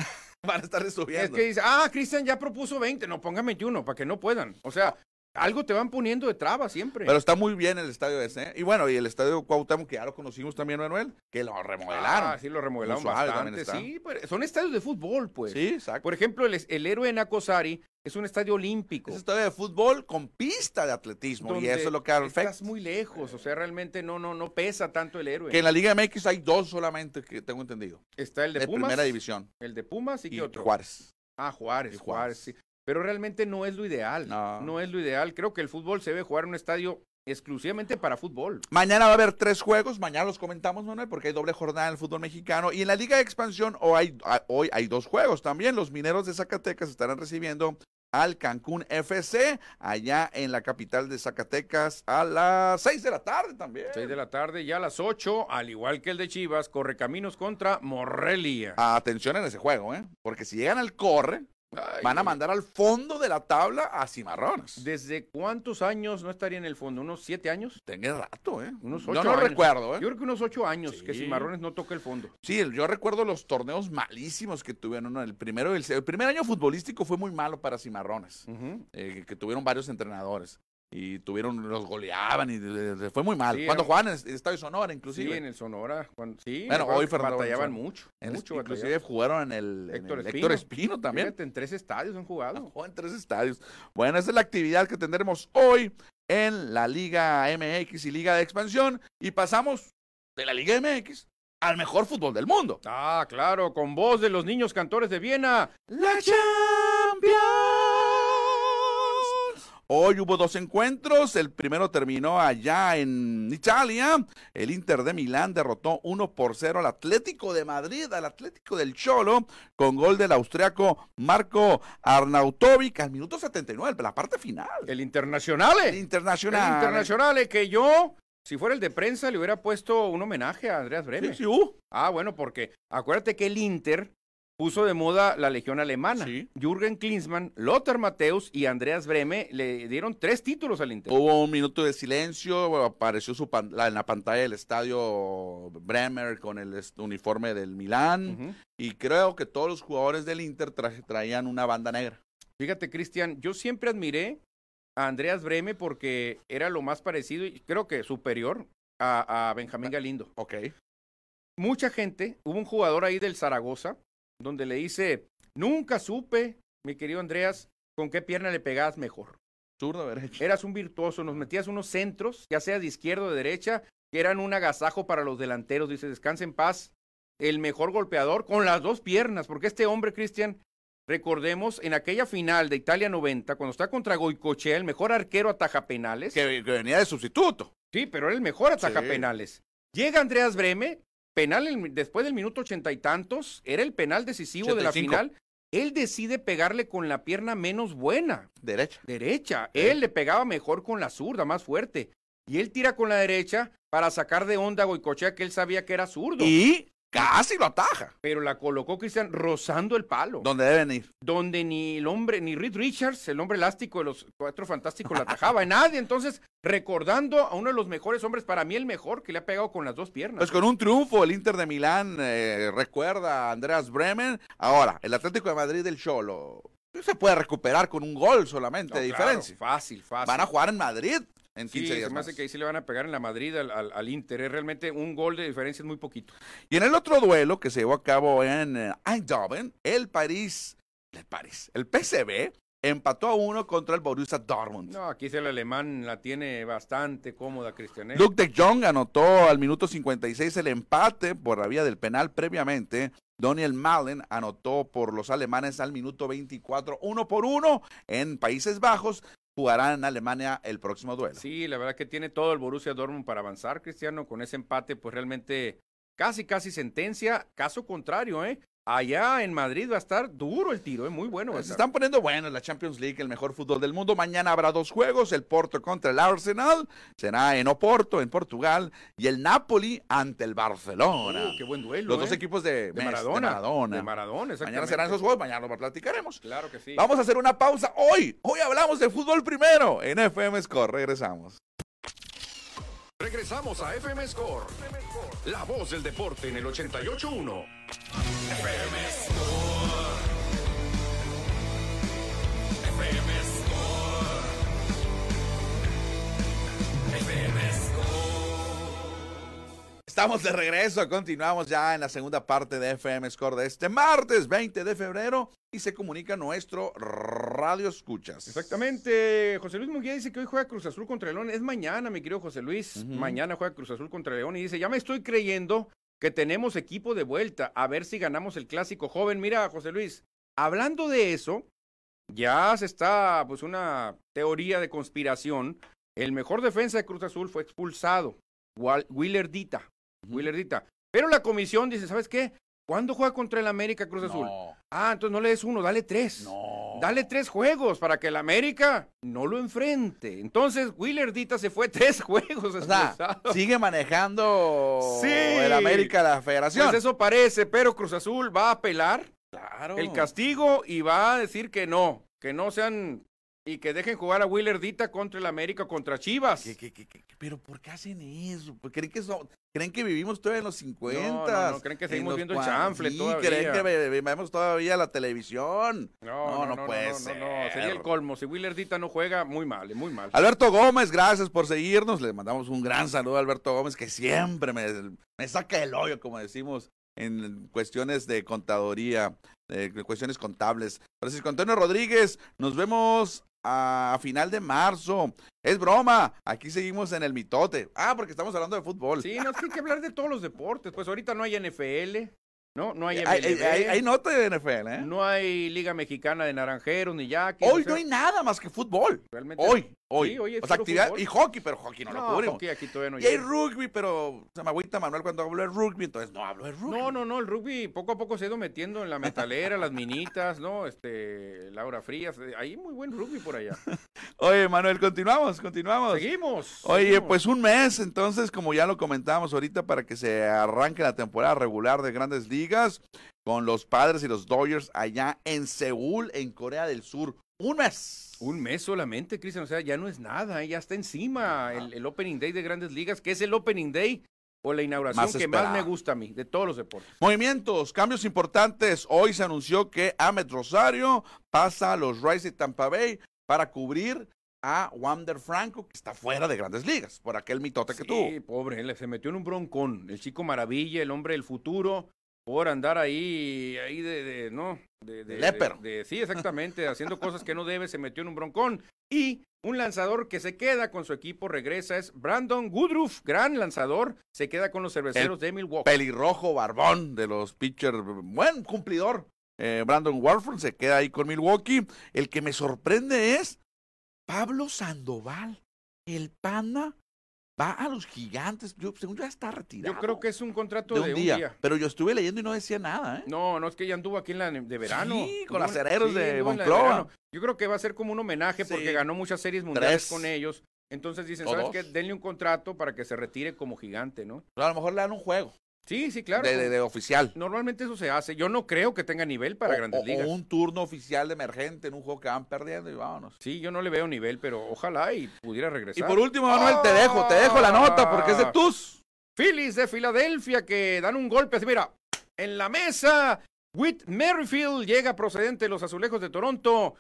Speaker 2: Van a estar subiendo.
Speaker 6: Es que dice, ah, Cristian ya propuso 20, no pongan 21, para que no puedan. O sea, algo te van poniendo de traba siempre.
Speaker 2: Pero está muy bien el estadio ese. ¿eh? Y bueno, y el estadio Cuauhtémoc, que ya lo conocimos también, Manuel, que lo remodelaron.
Speaker 6: Ah, sí, lo remodelaron bastante. Sí, pero son estadios de fútbol, pues.
Speaker 2: Sí, exacto.
Speaker 6: Por ejemplo, el, el héroe en Acosari es un estadio olímpico.
Speaker 2: Es un estadio de fútbol con pista de atletismo. Donde y eso es lo que
Speaker 6: Estás effect. muy lejos, o sea, realmente no, no, no pesa tanto el héroe.
Speaker 2: Que en la Liga MX hay dos solamente que tengo entendido.
Speaker 6: Está el de, de Pumas.
Speaker 2: primera división.
Speaker 6: El de Pumas y, ¿qué y otro.
Speaker 2: Juárez.
Speaker 6: Ah, Juárez, y Juárez. Juárez sí pero realmente no es lo ideal. No. no. es lo ideal. Creo que el fútbol se debe jugar en un estadio exclusivamente para fútbol.
Speaker 2: Mañana va a haber tres juegos, mañana los comentamos, Manuel, porque hay doble jornada en el fútbol mexicano. Y en la Liga de Expansión hoy hay, ah, hoy hay dos juegos también. Los mineros de Zacatecas estarán recibiendo al Cancún FC, allá en la capital de Zacatecas, a las 6 de la tarde también.
Speaker 6: 6 de la tarde, ya a las 8, al igual que el de Chivas, Correcaminos contra Morelia.
Speaker 2: Atención en ese juego, ¿eh? Porque si llegan al corre, Ay, Van a mandar al fondo de la tabla a Cimarrones.
Speaker 6: ¿Desde cuántos años no estaría en el fondo? ¿Unos siete años?
Speaker 2: Tenía rato, ¿eh?
Speaker 6: Unos
Speaker 2: ocho yo no años. recuerdo, ¿eh?
Speaker 6: Yo creo que unos ocho años sí. que Cimarrones no toca el fondo.
Speaker 2: Sí, yo recuerdo los torneos malísimos que tuvieron. El primero, el, el primer año futbolístico fue muy malo para
Speaker 6: Mm.
Speaker 2: Cimarrones, uh -huh. eh, que tuvieron varios entrenadores y tuvieron los goleaban y fue muy mal. Sí, cuando jugaban en el Estadio Sonora inclusive.
Speaker 6: Sí, en el Sonora, cuando, sí.
Speaker 2: Bueno, hoy Fernando
Speaker 6: batallaban mucho,
Speaker 2: en
Speaker 6: mucho
Speaker 2: el, inclusive batallaban. jugaron en el Héctor, en el Espino. Héctor Espino. también. Fíjate,
Speaker 6: en tres estadios han jugado.
Speaker 2: Ah, en tres estadios. Bueno, esa es la actividad que tendremos hoy en la Liga MX y Liga de Expansión y pasamos de la Liga MX al mejor fútbol del mundo.
Speaker 6: Ah, claro, con voz de los niños cantores de Viena,
Speaker 2: la Champions. Hoy hubo dos encuentros. El primero terminó allá en Italia. El Inter de Milán derrotó 1 por 0 al Atlético de Madrid, al Atlético del Cholo, con gol del austriaco Marco Arnautovic al minuto 79, la parte final.
Speaker 6: El Internacional.
Speaker 2: El Internacional.
Speaker 6: El Internacional, eh, que yo si fuera el de prensa, le hubiera puesto un homenaje a Andreas Breme.
Speaker 2: Sí, sí, uh.
Speaker 6: Ah, bueno, porque acuérdate que el Inter puso de moda la legión alemana. Sí. Jürgen Klinsmann, Lothar Mateus y Andreas Breme le dieron tres títulos al Inter.
Speaker 2: Hubo un minuto de silencio, apareció su pan, la, en la pantalla del estadio Bremer con el uniforme del Milán uh -huh. y creo que todos los jugadores del Inter tra, traían una banda negra.
Speaker 6: Fíjate, Cristian, yo siempre admiré a Andreas Breme porque era lo más parecido y creo que superior a, a Benjamín
Speaker 2: Ah.
Speaker 6: Galindo.
Speaker 2: Ok.
Speaker 6: Mucha gente, hubo un jugador ahí del Zaragoza, donde le dice, nunca supe, mi querido Andreas, con qué pierna le pegabas mejor.
Speaker 2: Zurdo derecho.
Speaker 6: Eras un virtuoso, nos metías unos centros, ya sea de izquierda o de derecha, que eran un agasajo para los delanteros. Dice, descansa en paz, el mejor golpeador con las dos piernas, porque este hombre, Cristian, recordemos, en aquella final de Italia 90, cuando está contra Goicochea, el mejor arquero ataja penales.
Speaker 2: Que, que venía de sustituto.
Speaker 6: Sí, pero era el mejor ataja sí. penales. Llega Andreas Breme, penal el, después del minuto ochenta y tantos, era el penal decisivo 85. de la final. Él decide pegarle con la pierna menos buena.
Speaker 2: Derecha.
Speaker 6: Derecha. Sí. Él le pegaba mejor con la zurda, más fuerte. Y él tira con la derecha para sacar de onda a Goicochea que él sabía que era zurdo.
Speaker 2: Y casi lo ataja.
Speaker 6: Pero la colocó Cristian rozando el palo.
Speaker 2: Donde deben ir.
Speaker 6: Donde ni el hombre, ni Reed Richards, el hombre elástico de los cuatro fantásticos, la atajaba. Nadie. Entonces, recordando a uno de los mejores hombres, para mí el mejor, que le ha pegado con las dos piernas.
Speaker 2: Pues con un triunfo, el Inter de Milán eh, recuerda a Andreas Bremen. Ahora, el Atlético de Madrid del Cholo. pues, Se puede recuperar con un gol solamente
Speaker 6: No,
Speaker 2: de
Speaker 6: claro,
Speaker 2: diferencia.
Speaker 6: fácil, fácil.
Speaker 2: Van a jugar en Madrid en 15
Speaker 6: Sí,
Speaker 2: días.
Speaker 6: se me
Speaker 2: más.
Speaker 6: hace que ahí sí le van a pegar en la Madrid al, al- al Inter. Es realmente un gol de diferencia es muy poquito.
Speaker 2: Y en el otro duelo que se llevó a cabo en eh, Eindhoven, el París, el París, el PSV empató a uno contra el Borussia Dortmund.
Speaker 6: No, aquí sí el alemán la tiene bastante cómoda, Cristian. ¿eh?
Speaker 2: Luke de Jong anotó al minuto 56 el empate por la vía del penal previamente. Daniel Malen anotó por los alemanes al minuto 24, uno por uno en Países Bajos. Jugarán en Alemania el próximo duelo.
Speaker 6: Sí, la verdad que tiene todo el Borussia Dortmund para avanzar, Cristiano, con ese empate, pues realmente casi, casi sentencia. Caso contrario, ¿eh? Allá en Madrid va a estar duro el tiro, ¿eh? Muy bueno. va a
Speaker 2: Se
Speaker 6: estar.
Speaker 2: están poniendo buenos la Champions League, el mejor fútbol del mundo. Mañana habrá dos juegos, el Porto contra el Arsenal, será en Oporto, en Portugal, y el Napoli ante el Barcelona.
Speaker 6: Uh, qué buen duelo.
Speaker 2: Los dos
Speaker 6: ¿eh?
Speaker 2: equipos de,
Speaker 6: de
Speaker 2: Messi,
Speaker 6: Maradona.
Speaker 2: Maradona.
Speaker 6: De Maradona,
Speaker 2: Mañana
Speaker 6: exactamente.
Speaker 2: serán esos juegos, mañana lo platicaremos.
Speaker 6: Claro que sí.
Speaker 2: Vamos a hacer una pausa hoy. Hoy hablamos de fútbol primero en FM Score. Regresamos.
Speaker 4: Regresamos a FM Score. La voz del deporte en el 88.1.
Speaker 2: Estamos de regreso. Continuamos ya en la segunda parte de FM Score de este martes 20 de febrero y se comunica nuestro radio escuchas.
Speaker 6: Exactamente. José Luis Munguía dice que hoy juega Cruz Azul contra León. Es mañana, mi querido José Luis. Mañana juega Cruz Azul contra León y dice, ya me estoy creyendo que tenemos equipo de vuelta. A ver si ganamos el clásico joven. Mira, José Luis, hablando de eso, ya se está pues una teoría de conspiración. El mejor defensa de Cruz Azul fue expulsado. Wal- Willerdita. Willerdita. Pero la comisión dice, ¿sabes qué? ¿Cuándo juega contra el América Cruz Azul?
Speaker 2: No,
Speaker 6: Ah, entonces no le des uno, dale tres.
Speaker 2: no.
Speaker 6: Dale tres juegos para que el América no lo enfrente. Entonces, Willardita se fue tres juegos
Speaker 2: O sea,
Speaker 6: expulsado.
Speaker 2: sigue manejando
Speaker 6: Sí.
Speaker 2: el América la Federación.
Speaker 6: Pues eso parece, pero Cruz Azul va a apelar
Speaker 2: claro.
Speaker 6: el castigo y va a decir que no, que no sean y que dejen jugar a Willardita contra el América o contra Chivas.
Speaker 2: ¿Qué, qué, qué, qué, qué? pero por qué hacen eso? ¿Por- ¿Creen que, son- ¿Creen que vivimos todavía en los 50?
Speaker 6: No, no, no, ¿creen que
Speaker 2: En
Speaker 6: seguimos
Speaker 2: los
Speaker 6: viendo el
Speaker 2: cuan-
Speaker 6: chanfle
Speaker 2: sí,
Speaker 6: todavía?
Speaker 2: ¿Creen que ve- ve- vemos todavía la televisión? No, no puede
Speaker 6: no, no,
Speaker 2: ser.
Speaker 6: sería el colmo. Si Willardita no juega, muy mal, eh, muy mal.
Speaker 2: Alberto Gómez, gracias por seguirnos. Le mandamos un gran saludo a Alberto Gómez, que siempre me, me saca el hoyo, como decimos, en cuestiones de contaduría, eh, cuestiones contables. Francisco Antonio Rodríguez, nos vemos a final de marzo. Es broma, aquí seguimos en el mitote. Ah, porque estamos hablando de fútbol.
Speaker 6: Sí, no, es que hay que hablar de todos los deportes. Pues ahorita no hay NFL, ¿no? No hay
Speaker 2: Hay, hay-
Speaker 6: MLB.
Speaker 2: hay- hay nota de NFL, ¿eh?
Speaker 6: No hay Liga Mexicana de Naranjeros ni Yaquis.
Speaker 2: hoy
Speaker 6: o sea,
Speaker 2: no hay nada más que fútbol.
Speaker 6: Realmente.
Speaker 2: Hoy, hoy.
Speaker 6: Sí, hoy es
Speaker 2: o sea,
Speaker 6: puro
Speaker 2: actividad
Speaker 6: fútbol.
Speaker 2: y hockey, pero hockey no,
Speaker 6: No,
Speaker 2: lo cubrimos.
Speaker 6: hockey aquí todavía no
Speaker 2: Y hay
Speaker 6: llega.
Speaker 2: rugby, pero se me agüita Manuel cuando hablo de rugby, entonces no hablo de rugby.
Speaker 6: No, no, no, el rugby poco a poco se ha ido metiendo en la metalera, las minitas, ¿no? Este, Laura Frías, eh, hay muy buen rugby por allá.
Speaker 2: Oye, Manuel, continuamos, continuamos.
Speaker 6: Seguimos.
Speaker 2: Oye,
Speaker 6: seguimos.
Speaker 2: pues un mes, entonces, como ya lo comentábamos ahorita, para que se arranque la temporada regular de Grandes Ligas con los padres y los Dodgers allá en Seúl, en Corea del Sur. Un mes.
Speaker 6: Un mes solamente, Cristian, o sea, ya no es nada, eh, ya está encima el, el Opening Day de Grandes Ligas, que es el Opening Day o la inauguración
Speaker 2: Más
Speaker 6: que más
Speaker 2: esperada.
Speaker 6: me gusta a mí, de todos los deportes.
Speaker 2: Movimientos, cambios importantes. Hoy se anunció que Ahmed Rosario pasa a los Rays de Tampa Bay para cubrir a Wander Franco, que está fuera de Grandes Ligas, por aquel mitote que tuvo.
Speaker 6: Sí, pobre, le- se metió en un broncón. El chico maravilla, el hombre del futuro, por andar ahí, ahí de, de- no, de, de-
Speaker 2: Lépero.
Speaker 6: de- de- sí, exactamente, haciendo cosas que no debe, se metió en un broncón. Y un lanzador que se queda con su equipo, regresa, es Brandon Woodruff, gran lanzador, se queda con los cerveceros de Milwaukee.
Speaker 2: pelirrojo barbón de los pitchers, buen cumplidor. Eh, Brandon Warford se queda ahí con Milwaukee. El que me sorprende es Pablo Sandoval. El panda va a los gigantes. Yo, según yo, ya está retirado.
Speaker 6: Yo creo que es un contrato
Speaker 2: de un, día.
Speaker 6: día.
Speaker 2: Pero yo estuve leyendo y no decía nada, ¿eh?
Speaker 6: No, no, es que ya anduvo aquí en la ne- de verano.
Speaker 2: Sí, con
Speaker 6: Anduvo
Speaker 2: las
Speaker 6: en-
Speaker 2: Hereros de
Speaker 6: anduvo en la
Speaker 2: Monclova.
Speaker 6: verano. Yo creo que va a ser como un homenaje porque
Speaker 2: Sí.
Speaker 6: ganó muchas series mundiales
Speaker 2: Tres.
Speaker 6: con ellos. Entonces dicen,
Speaker 2: O
Speaker 6: ¿sabes
Speaker 2: dos.
Speaker 6: qué? Denle un contrato para que se retire como gigante, ¿no?
Speaker 2: Pero a lo mejor le dan un juego
Speaker 6: Sí, sí, claro.
Speaker 2: de, de- de oficial.
Speaker 6: Normalmente eso se hace. Yo no creo que tenga nivel para
Speaker 2: O-
Speaker 6: grandes
Speaker 2: o- o
Speaker 6: ligas.
Speaker 2: un turno oficial de emergente en un juego que van perdiendo y vámonos.
Speaker 6: Sí, yo no le veo nivel, pero ojalá y pudiera
Speaker 2: Y
Speaker 6: regresar.
Speaker 2: por último, Manuel, te dejo, te dejo la nota porque es
Speaker 6: Ah.
Speaker 2: de tus.
Speaker 6: Phillies de Filadelfia que dan un golpe así, mira, en la mesa. Whit Merrifield llega procedente de los azulejos de Toronto.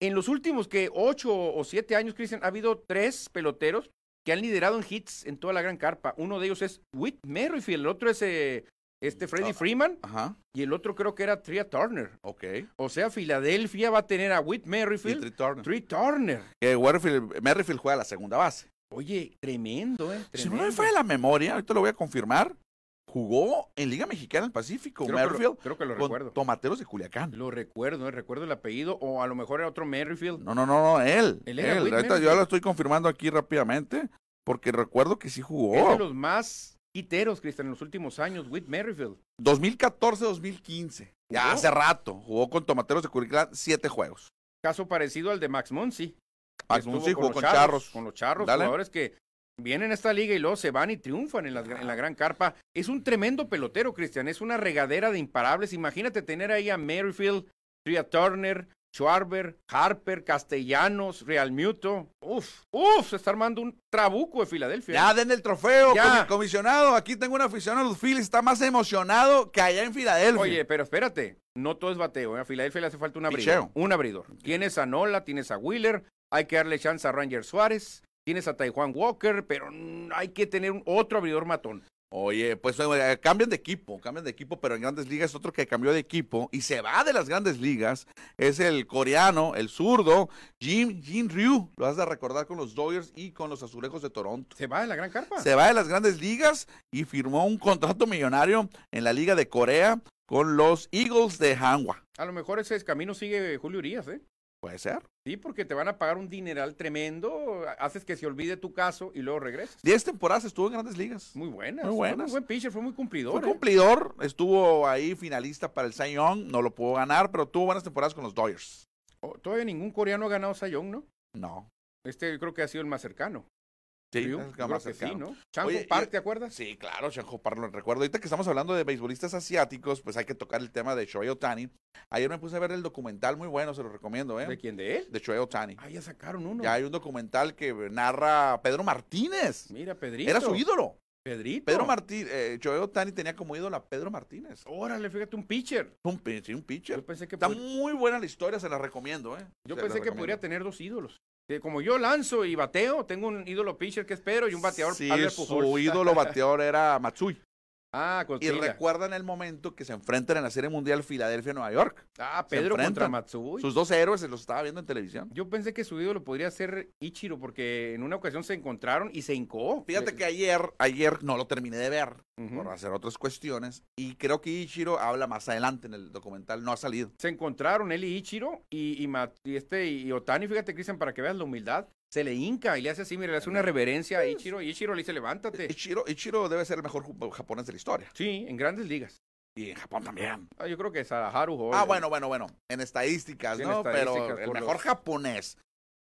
Speaker 6: En los últimos que ocho o siete años, Cristian, ha habido tres peloteros que han liderado en hits en toda la gran carpa. Uno de ellos es Whit Merrifield, el otro es eh, este Freddie
Speaker 2: Ah.
Speaker 6: Freeman
Speaker 2: Ajá,
Speaker 6: y el otro creo que era Tria Turner.
Speaker 2: ok.
Speaker 6: O sea, Filadelfia va a tener a Whit
Speaker 2: Y
Speaker 6: Merrifield,
Speaker 2: Trey Turner.
Speaker 6: Tria Turner.
Speaker 2: Que Warfield- Merrifield juega la segunda base.
Speaker 6: Oye, tremendo, ¿eh?
Speaker 2: Si no
Speaker 6: tremendo.
Speaker 2: me falla la memoria, ahorita lo voy a confirmar. Jugó en Liga Mexicana del Pacífico,
Speaker 6: Creo que lo-
Speaker 2: Merrifield,
Speaker 6: creo que lo
Speaker 2: con
Speaker 6: recuerdo.
Speaker 2: Tomateros de Culiacán.
Speaker 6: Lo recuerdo, eh, recuerdo el apellido, o a lo mejor era otro Merrifield.
Speaker 2: No, no, no, no, él. Él,
Speaker 6: Él era Whit
Speaker 2: Ahorita yo
Speaker 6: Merrifield.
Speaker 2: lo estoy confirmando aquí rápidamente, porque recuerdo que sí
Speaker 6: Es de
Speaker 2: jugó.
Speaker 6: los más quiteros, Cristian, en los últimos años, Whit Merrifield.
Speaker 2: 2014-2015. Ya
Speaker 6: ¿Jugó?
Speaker 2: hace rato. Jugó con Tomateros de Culiacán siete juegos.
Speaker 6: Caso parecido al de Max Muncy.
Speaker 2: Max
Speaker 6: Estuvo
Speaker 2: Muncy jugó
Speaker 6: los
Speaker 2: con Charros.
Speaker 6: Con los Charros,
Speaker 2: Dale.
Speaker 6: jugadores que vienen a esta liga y luego se van y triunfan en la, en la gran carpa. Es un tremendo pelotero, Cristian, es una regadera de imparables. Imagínate tener ahí a Merrifield, Tria Turner, Schwarber, Harper, Castellanos, Real Muto. Uf, uf, se está armando un trabuco de Filadelfia. ¿eh?
Speaker 2: Ya den el trofeo, comi-
Speaker 6: Ya.
Speaker 2: comisionado. Aquí tengo un aficionado a los Phillies. Está más emocionado que allá en Filadelfia.
Speaker 6: Oye, pero espérate, no todo es bateo. ¿eh? A Filadelfia le hace falta un abridor.
Speaker 2: Picheo.
Speaker 6: Un abridor. Tienes a Nola, tienes a Wheeler, hay que darle chance a Ranger Suárez, tienes a Taiwan Walker, pero mm, hay que tener un- otro abridor matón.
Speaker 2: Oye, pues eh, cambian de equipo, cambian de equipo, pero en grandes ligas otro que cambió de equipo y se va de las grandes ligas es el coreano, el zurdo, Jim, Jin Ryu. Lo has de recordar con los Dodgers y con los Azulejos de Toronto.
Speaker 6: ¿Se va de la gran carpa?
Speaker 2: Se va de las grandes ligas y firmó un contrato millonario en la Liga de Corea con los Eagles de Hanwha.
Speaker 6: A lo mejor ese camino sigue Julio Urias, ¿eh?
Speaker 2: Puede ser.
Speaker 6: Sí, porque te van a pagar un dineral tremendo, haces que se olvide tu caso y luego regresas.
Speaker 2: Diez temporadas estuvo en grandes ligas.
Speaker 6: Muy buenas.
Speaker 2: Muy
Speaker 6: fue
Speaker 2: buenas.
Speaker 6: buen pitcher, fue muy cumplidor.
Speaker 2: Fue
Speaker 6: ¿eh?
Speaker 2: cumplidor, estuvo ahí finalista para el Cy Young, no lo pudo ganar, pero tuvo buenas temporadas con los Dodgers.
Speaker 6: Oh, Todavía ningún coreano ha ganado Sayong, ¿no?
Speaker 2: No.
Speaker 6: Este creo que ha sido el más cercano.
Speaker 2: Sí,
Speaker 6: Ryu,
Speaker 2: es el más
Speaker 6: yo creo que
Speaker 2: cercano.
Speaker 6: sí, ¿no? Chango
Speaker 2: Oye,
Speaker 6: Park,
Speaker 2: y-
Speaker 6: ¿te acuerdas?
Speaker 2: Sí, claro, Chanjo Parlo, recuerdo. Ahorita que estamos hablando de beisbolistas asiáticos, pues hay que tocar el tema de Shohei Otani. Ayer me puse a ver el documental, muy bueno, se lo recomiendo,
Speaker 6: ¿De
Speaker 2: ¿eh?
Speaker 6: quién? ¿De él?
Speaker 2: De Shohei Otani.
Speaker 6: Ah, ya sacaron uno.
Speaker 2: Ya hay un documental que narra a Pedro Martínez.
Speaker 6: Mira, Pedrito.
Speaker 2: Era su ídolo.
Speaker 6: Pedrito.
Speaker 2: Pedro Martínez, eh, Shohei Otani tenía como ídolo a Pedro Martínez.
Speaker 6: Órale, fíjate, un pitcher.
Speaker 2: Un, pi- sí, un pitcher.
Speaker 6: Yo pensé que,
Speaker 2: Está
Speaker 6: pod-
Speaker 2: muy buena la historia, se la recomiendo, ¿eh?
Speaker 6: yo
Speaker 2: Se la
Speaker 6: pensé que
Speaker 2: recomiendo.
Speaker 6: podría tener dos ídolos. Que como yo lanzo y bateo, tengo un ídolo pitcher que es Pedro y un bateador
Speaker 2: Sí,
Speaker 6: Albert
Speaker 2: su
Speaker 6: Pujols.
Speaker 2: ídolo bateador era Matsui.
Speaker 6: Ah,
Speaker 2: Y
Speaker 6: Godzilla.
Speaker 2: recuerdan el momento que se enfrentan en la Serie Mundial Filadelfia-Nueva York.
Speaker 6: Ah,
Speaker 2: se
Speaker 6: Pedro contra
Speaker 2: enfrentan.
Speaker 6: Matsui.
Speaker 2: Sus dos héroes se los estaba viendo en televisión.
Speaker 6: Yo pensé que su ídolo podría ser Ichiro porque en una ocasión se encontraron y se hincó.
Speaker 2: Fíjate
Speaker 6: Le-
Speaker 2: que ayer, ayer no lo terminé de ver
Speaker 6: Ujú.
Speaker 2: por hacer otras cuestiones y creo que Ichiro habla más adelante en el documental, no ha salido.
Speaker 6: se encontraron él y Ichiro y, y Ma- y este y Otani, fíjate Cristian, para que veas la humildad, se le hinca y le hace así, mira, le hace una reverencia a Ichiro y Ichiro le dice, levántate.
Speaker 2: Ichiro, Ichiro debe ser el mejor ju- japonés de la historia
Speaker 6: Sí, en grandes ligas.
Speaker 2: y en Japón también.
Speaker 6: Ah, yo creo que Sadaharu Hall,
Speaker 2: Ah,
Speaker 6: el-
Speaker 2: bueno, bueno, bueno, en estadísticas,
Speaker 6: Sí, en
Speaker 2: ¿no?
Speaker 6: estadísticas,
Speaker 2: Pero el
Speaker 6: por
Speaker 2: mejor
Speaker 6: los-
Speaker 2: japonés,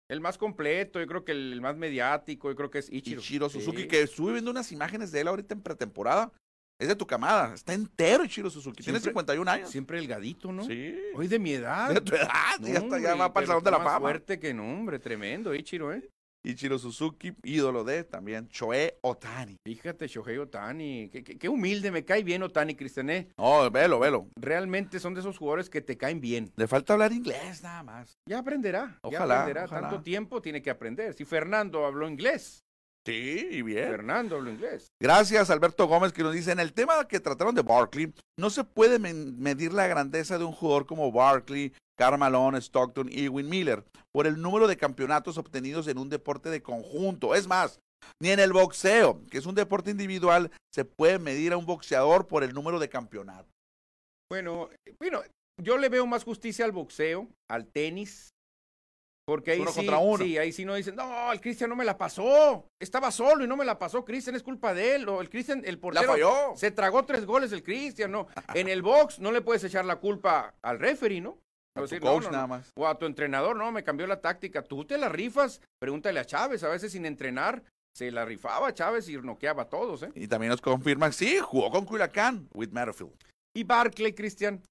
Speaker 6: El más completo, yo creo que el más mediático, yo creo que es Ichiro.
Speaker 2: Ichiro Suzuki,
Speaker 6: Sí.
Speaker 2: que estuve viendo unas imágenes de él ahorita en pretemporada, es de tu camada, está entero Ichiro Suzuki, tiene
Speaker 6: Siempre-
Speaker 2: 51 años.
Speaker 6: Ah, Siempre delgadito, ¿no?
Speaker 2: Sí.
Speaker 6: Hoy de mi edad.
Speaker 2: De tu edad,
Speaker 6: No,
Speaker 2: ya, está, ya
Speaker 6: hombre,
Speaker 2: va para el
Speaker 6: pero
Speaker 2: Salón de la
Speaker 6: está más
Speaker 2: Fama.
Speaker 6: fuerte que no, hombre, tremendo Ichiro, ¿eh?
Speaker 2: Ichiro Suzuki, ídolo de también Choe Otani.
Speaker 6: Fíjate, Shohei Otani, qué, qué- qué humilde, me cae bien Otani, Cristian, ¿eh?
Speaker 2: No, velo, velo.
Speaker 6: Realmente son de esos jugadores que te caen bien.
Speaker 2: Le falta hablar inglés nada más.
Speaker 6: Ya aprenderá.
Speaker 2: Ojalá,
Speaker 6: Ya aprenderá.
Speaker 2: ojalá.
Speaker 6: Tanto tiempo tiene que aprender. Si Fernando habló inglés.
Speaker 2: Sí, y bien.
Speaker 6: Fernando habló inglés.
Speaker 2: Gracias, Alberto Gómez, que nos dice, en el tema que trataron de Barkley, no se puede men- medir la grandeza de un jugador como Barkley, Carmalón, Stockton y Win Miller por el número de campeonatos obtenidos en un deporte de conjunto. Es más, ni en el boxeo, que es un deporte individual, se puede medir a un boxeador por el número de campeonatos.
Speaker 6: Bueno, eh, bueno, yo le veo más justicia al boxeo, al tenis. Porque ahí
Speaker 2: Uno
Speaker 6: sí,
Speaker 2: contra uno.
Speaker 6: sí, ahí sí no dicen, no, el Cristian no me la pasó. Estaba solo y no me la pasó. Cristian es culpa de él. O el Cristian, el
Speaker 2: La
Speaker 6: portero.
Speaker 2: falló.
Speaker 6: Se tragó tres goles el Cristian, ¿no? En el box no le puedes echar la culpa al referee, ¿no?
Speaker 2: A tu coach
Speaker 6: no, no,
Speaker 2: nada más.
Speaker 6: O a tu entrenador, no, me cambió la táctica. Tú te la rifas. Pregúntale a Chávez. A veces sin entrenar se la rifaba Chávez y noqueaba a todos. ¿eh?
Speaker 2: Y también nos confirman, sí, jugó con Culiacán, with Merrifield.
Speaker 6: Y Barclay, Cristian,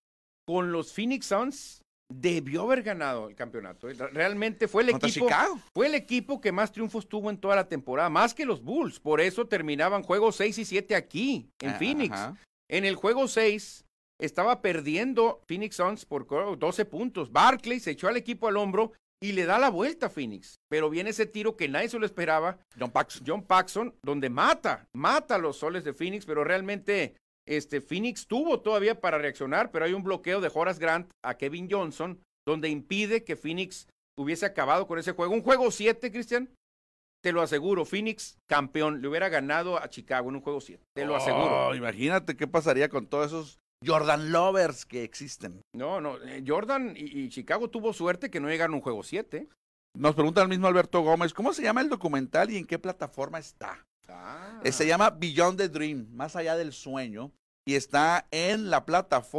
Speaker 6: con los Phoenix Suns, debió haber ganado el campeonato. ¿eh? Realmente fue el
Speaker 2: Contra
Speaker 6: equipo.
Speaker 2: Chicago.
Speaker 6: Fue el equipo que más triunfos tuvo en toda la temporada, más que los Bulls. Por eso terminaban juegos 6 y 7 aquí, en
Speaker 2: Ah,
Speaker 6: Phoenix.
Speaker 2: ajá.
Speaker 6: En el juego 6 estaba perdiendo Phoenix Suns por creo, 12 puntos. Barclay se echó al equipo al hombro y le da la vuelta a Phoenix. Pero viene ese tiro que nadie se lo esperaba.
Speaker 2: John Paxson.
Speaker 6: John Paxson, donde mata, mata a los soles de Phoenix, pero realmente este, Phoenix tuvo todavía para reaccionar, pero hay un bloqueo de Horace Grant a Kevin Johnson, donde impide que Phoenix hubiese acabado con ese juego. Un juego 7, Cristian, te lo aseguro, Phoenix campeón, le hubiera ganado a Chicago en un juego 7, te lo aseguro.
Speaker 2: Oh, imagínate qué pasaría con todos esos Jordan Lovers que existen.
Speaker 6: No, no, eh, Jordan y, y Chicago tuvo suerte que no llegaron a un juego 7.
Speaker 2: Nos pregunta el mismo Alberto Gómez, ¿cómo se llama el documental y en qué plataforma está? Eh,
Speaker 6: Ah.
Speaker 2: Se llama Beyond the Dream, más allá del sueño, y está en la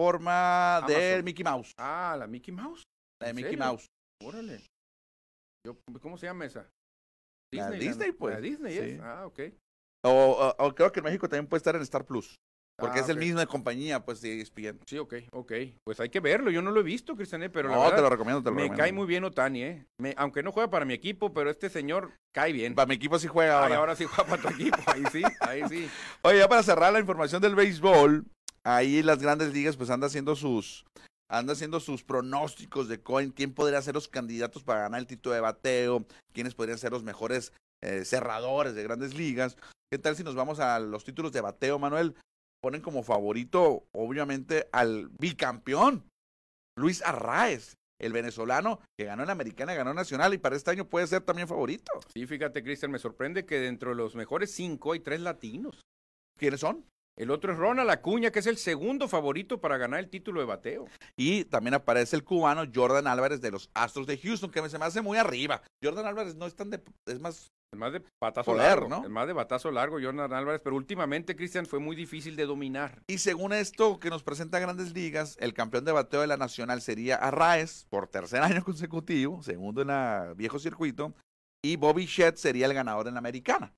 Speaker 2: plataforma del
Speaker 6: Amazon.
Speaker 2: Mickey Mouse.
Speaker 6: Ah, la Mickey Mouse.
Speaker 2: la de
Speaker 6: ¿En
Speaker 2: Mickey
Speaker 6: serio?
Speaker 2: Mouse.
Speaker 6: Órale. Yo, ¿Cómo se llama esa?
Speaker 2: La
Speaker 6: Disneyland.
Speaker 2: Disney, pues.
Speaker 6: La Disney
Speaker 2: Sí.
Speaker 6: es. Ah, ok.
Speaker 2: O, o- o creo que en México también puede estar en Star Plus, porque
Speaker 6: Ah,
Speaker 2: es el
Speaker 6: ok.
Speaker 2: mismo de compañía, pues de ESPN.
Speaker 6: Sí, ok, ok. Pues hay que verlo. Yo no lo he visto, Cristian, eh, pero la
Speaker 2: no,
Speaker 6: verdad,
Speaker 2: te lo recomiendo, te lo
Speaker 6: me
Speaker 2: recomiendo.
Speaker 6: cae muy bien Otani, ¿eh? Me- aunque no juega para mi equipo, pero este señor cae bien.
Speaker 2: Para mi equipo sí juega
Speaker 6: Ay,
Speaker 2: ahora.
Speaker 6: ahora sí juega para tu equipo. Ahí sí, ahí sí.
Speaker 2: Oye, ya para cerrar la información del béisbol, ahí las grandes ligas pues anda haciendo sus anda haciendo sus pronósticos de coin, quién podría ser los candidatos para ganar el título de bateo, quiénes podrían ser los mejores eh, cerradores de grandes ligas. ¿Qué tal si nos vamos a los títulos de bateo, Manuel? Ponen como favorito, obviamente, al bicampeón, Luis Arraez, el venezolano que ganó en la americana, ganó en nacional y para este año puede ser también favorito.
Speaker 6: Sí, fíjate, Cristian, me sorprende que dentro de los mejores cinco hay tres latinos.
Speaker 2: ¿Quiénes son?
Speaker 6: El otro es Ronald Acuña, que es el segundo favorito para ganar el título de bateo.
Speaker 2: Y también aparece el cubano Jordan Álvarez de los Astros de Houston, que me- se me hace muy arriba. Jordan Álvarez no es tan de. Es más.
Speaker 6: Es más de batazo
Speaker 2: Poder,
Speaker 6: largo.
Speaker 2: ¿no?
Speaker 6: Es más de batazo largo, Jordan Álvarez. Pero últimamente, Cristian, fue muy difícil de dominar.
Speaker 2: Y según esto que nos presenta Grandes Ligas, el campeón de bateo de la Nacional sería Arraez por tercer año consecutivo, segundo en el viejo circuito, y Bobby Shedd sería el ganador en la Americana.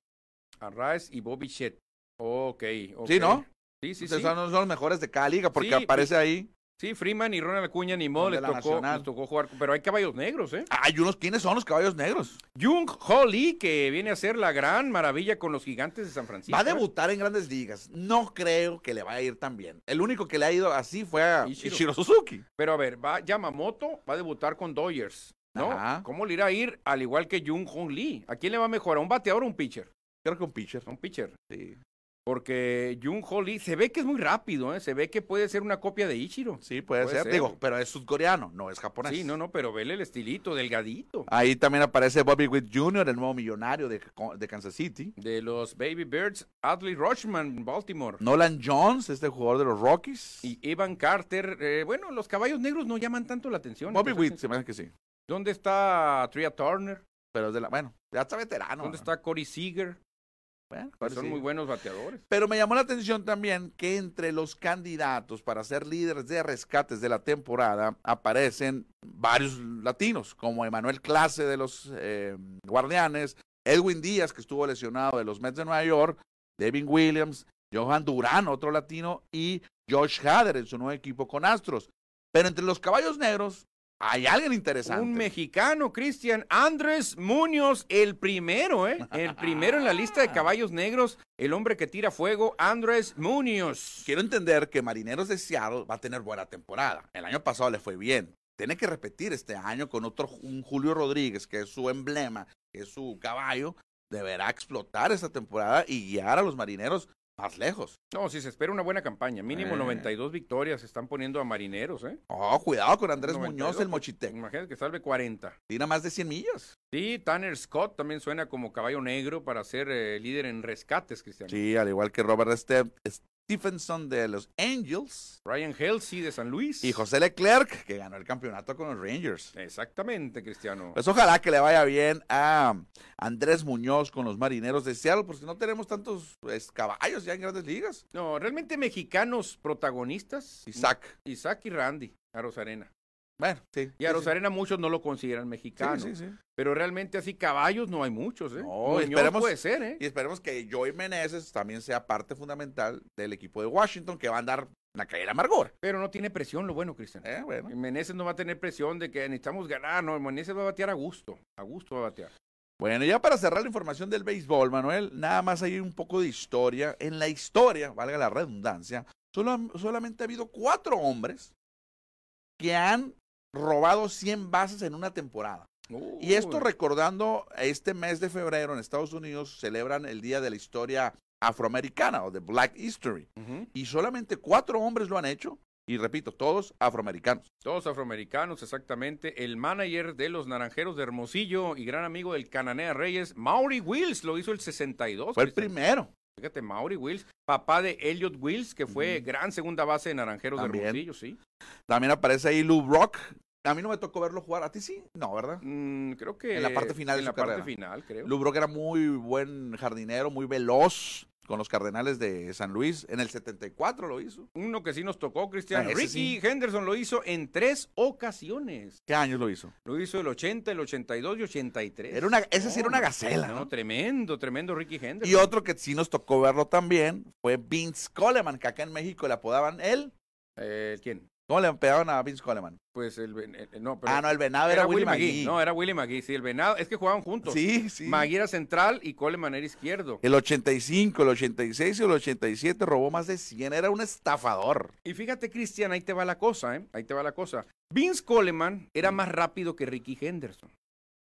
Speaker 6: Arraez y Bobby Shett. Ok, ok.
Speaker 2: Sí, ¿no?
Speaker 6: Sí, Pues sí,
Speaker 2: Entonces,
Speaker 6: sí.
Speaker 2: Son, los- son los mejores de cada liga porque
Speaker 6: Sí, y-
Speaker 2: aparece ahí.
Speaker 6: Sí, Freeman y Ronald Acuña ni modo,
Speaker 2: Son de
Speaker 6: les
Speaker 2: la
Speaker 6: tocó,
Speaker 2: Nacional.
Speaker 6: les tocó jugar, pero hay caballos negros, ¿eh?
Speaker 2: Hay unos. ¿Quiénes son los caballos negros?
Speaker 6: Jung Ho Lee, que viene a ser la gran maravilla con los gigantes de San Francisco.
Speaker 2: Va a
Speaker 6: ¿eh?
Speaker 2: debutar en Grandes Ligas. No creo que le vaya a ir tan bien. El único que le ha ido así fue a
Speaker 6: Ichiro.
Speaker 2: Ichiro Suzuki.
Speaker 6: Pero a ver, va Yamamoto, va a debutar con Dodgers, ¿no?
Speaker 2: Ajá.
Speaker 6: ¿Cómo le irá a ir al igual que Jung Ho Lee? ¿A quién le va a mejorar? ¿Un bateador o un pitcher?
Speaker 2: Creo que un pitcher.
Speaker 6: Un pitcher.
Speaker 2: Sí.
Speaker 6: Porque Jung Ho Lee se ve que es muy rápido, ¿eh? Se ve que puede ser una copia de Ichiro.
Speaker 2: Sí, puede,
Speaker 6: Puede
Speaker 2: ser.
Speaker 6: ser.
Speaker 2: Digo, pero es sudcoreano, no es japonés.
Speaker 6: Sí, no, no, pero vele el estilito, delgadito.
Speaker 2: Ahí también aparece Bobby Witt Jr., el nuevo millonario de, de Kansas City.
Speaker 6: De los Baby Birds, Adley Rochman, Baltimore.
Speaker 2: Nolan Jones, este jugador de los Rockies.
Speaker 6: Y Evan Carter, eh, bueno, los caballos negros no llaman tanto la atención.
Speaker 2: Bobby
Speaker 6: entonces,
Speaker 2: Witt, se me hace que sí.
Speaker 6: ¿Dónde está Tria Turner?
Speaker 2: Pero es de la, bueno, ya está veterano.
Speaker 6: ¿Dónde
Speaker 2: ¿no?
Speaker 6: está Corey Seager?
Speaker 2: Bueno,
Speaker 6: Que
Speaker 2: parece-
Speaker 6: son muy buenos bateadores.
Speaker 2: Pero me llamó la atención también que entre los candidatos para ser líderes de rescates de la temporada aparecen varios latinos, como Emanuel Clase de los eh, Guardianes, Edwin Díaz, que estuvo lesionado de los Mets de Nueva York, Devin Williams, Johan Durán, otro latino, y Josh Hader en su nuevo equipo con Astros. Pero entre los caballos negros hay alguien interesante.
Speaker 6: Un mexicano, Cristian Andrés Muñoz, el primero, ¿eh? El primero en la lista de caballos negros, el hombre que tira fuego, Andrés Muñoz.
Speaker 2: Quiero entender que Marineros de Seattle va a tener buena temporada. El año pasado le fue bien. Tiene que repetir este año con otro ju- un Julio Rodríguez, que es su emblema, que es su caballo. Deberá explotar esta temporada y guiar a los marineros más lejos.
Speaker 6: No, si se espera una buena campaña, mínimo
Speaker 2: Eh.
Speaker 6: 92 victorias, se están poniendo a marineros, ¿eh?
Speaker 2: Oh, cuidado con Andrés
Speaker 6: 92,
Speaker 2: Muñoz, el mochiteco.
Speaker 6: Imagínate que salve 40.
Speaker 2: Tira más de 100 millas.
Speaker 6: Sí, Tanner Scott también suena como caballo negro para ser eh, líder en rescates, Cristian.
Speaker 2: Sí, al igual que Robert Ste- Stephenson de los Angels
Speaker 6: Ryan Halsey de San Luis.
Speaker 2: y José Leclerc, que ganó el campeonato con los Rangers.
Speaker 6: Exactamente, Cristiano.
Speaker 2: Pues ojalá que le vaya bien a Andrés Muñoz con los marineros de Seattle, porque no tenemos tantos pues, caballos ya en grandes ligas.
Speaker 6: No, realmente mexicanos protagonistas.
Speaker 2: Isaac,
Speaker 6: Isaac y Randy, Aros Arena.
Speaker 2: Bueno, sí.
Speaker 6: Y a Rosarena muchos no lo consideran mexicano.
Speaker 2: Sí, sí, sí.
Speaker 6: Pero realmente así caballos no hay muchos, ¿eh?
Speaker 2: No,
Speaker 6: Muñoz
Speaker 2: esperemos-
Speaker 6: puede ser, ¿eh?
Speaker 2: Y esperemos que Joey Meneses también sea parte fundamental del equipo de Washington que va a andar en la calle de la amargura.
Speaker 6: Pero no tiene presión, lo bueno, Cristian.
Speaker 2: Eh, bueno.
Speaker 6: Meneses no va a tener presión de que necesitamos ganar, no, Meneses va a batear a gusto, a gusto va a batear.
Speaker 2: Bueno, ya para cerrar la información del béisbol, Manuel, nada más hay un poco de historia. En la historia, valga la redundancia, solo- solamente ha habido cuatro hombres que han robado 100 bases en una temporada. Y esto
Speaker 6: Uy,
Speaker 2: recordando este mes de febrero en Estados Unidos celebran el Día de la Historia Afroamericana o de Black History.
Speaker 6: ujú.
Speaker 2: Y solamente cuatro hombres lo han hecho. Y repito, todos afroamericanos.
Speaker 6: Todos afroamericanos, exactamente. El manager de los Naranjeros de Hermosillo y gran amigo del Cananea Reyes, Maury Wills, lo hizo el 62.
Speaker 2: Fue el
Speaker 6: Cristian.
Speaker 2: primero.
Speaker 6: Fíjate, Maury Wills, papá de Elliot Wills, que fue gran segunda base de Naranjeros
Speaker 2: También.
Speaker 6: de Hermosillo, sí.
Speaker 2: También aparece ahí Lou Brock. A mí no me tocó verlo jugar. ¿A ti sí? No, ¿verdad?
Speaker 6: Mm, creo que
Speaker 2: En la parte final de
Speaker 6: en
Speaker 2: su
Speaker 6: la parte
Speaker 2: carrera.
Speaker 6: final, creo.
Speaker 2: Lou Brock era muy buen jardinero, muy veloz con los Cardenales de San Luis. En el 74 lo hizo.
Speaker 6: Uno que sí nos tocó, Cristian.
Speaker 2: Ah, ese sí.
Speaker 6: Ricky Henderson lo hizo en tres ocasiones.
Speaker 2: ¿Qué años lo hizo?
Speaker 6: Lo hizo el 80, el 82 y 83.
Speaker 2: Era una, ese sí era una gacela.
Speaker 6: No,
Speaker 2: ¿no?
Speaker 6: tremendo, tremendo Ricky Henderson.
Speaker 2: Y otro que sí nos tocó verlo también fue Vince Coleman, que acá en México le apodaban él.
Speaker 6: Eh, ¿Quién?
Speaker 2: ¿Cómo le apodaban a Vince Coleman?
Speaker 6: Pues el, ven- el- no, pero
Speaker 2: ah, no, el venado
Speaker 6: era,
Speaker 2: era,
Speaker 6: Willie
Speaker 2: Willie
Speaker 6: McGee.
Speaker 2: McGee.
Speaker 6: No, era Willie McGee, sí, el venado. Es que jugaban juntos.
Speaker 2: sí, sí.
Speaker 6: Magui era central y Coleman era izquierdo.
Speaker 2: El 85, el 86 y el 87 robó más de 100. Era un estafador.
Speaker 6: Y fíjate, Cristian, ahí te va la cosa, ¿eh? Ahí te va la cosa. Vince Coleman era más rápido que Ricky Henderson.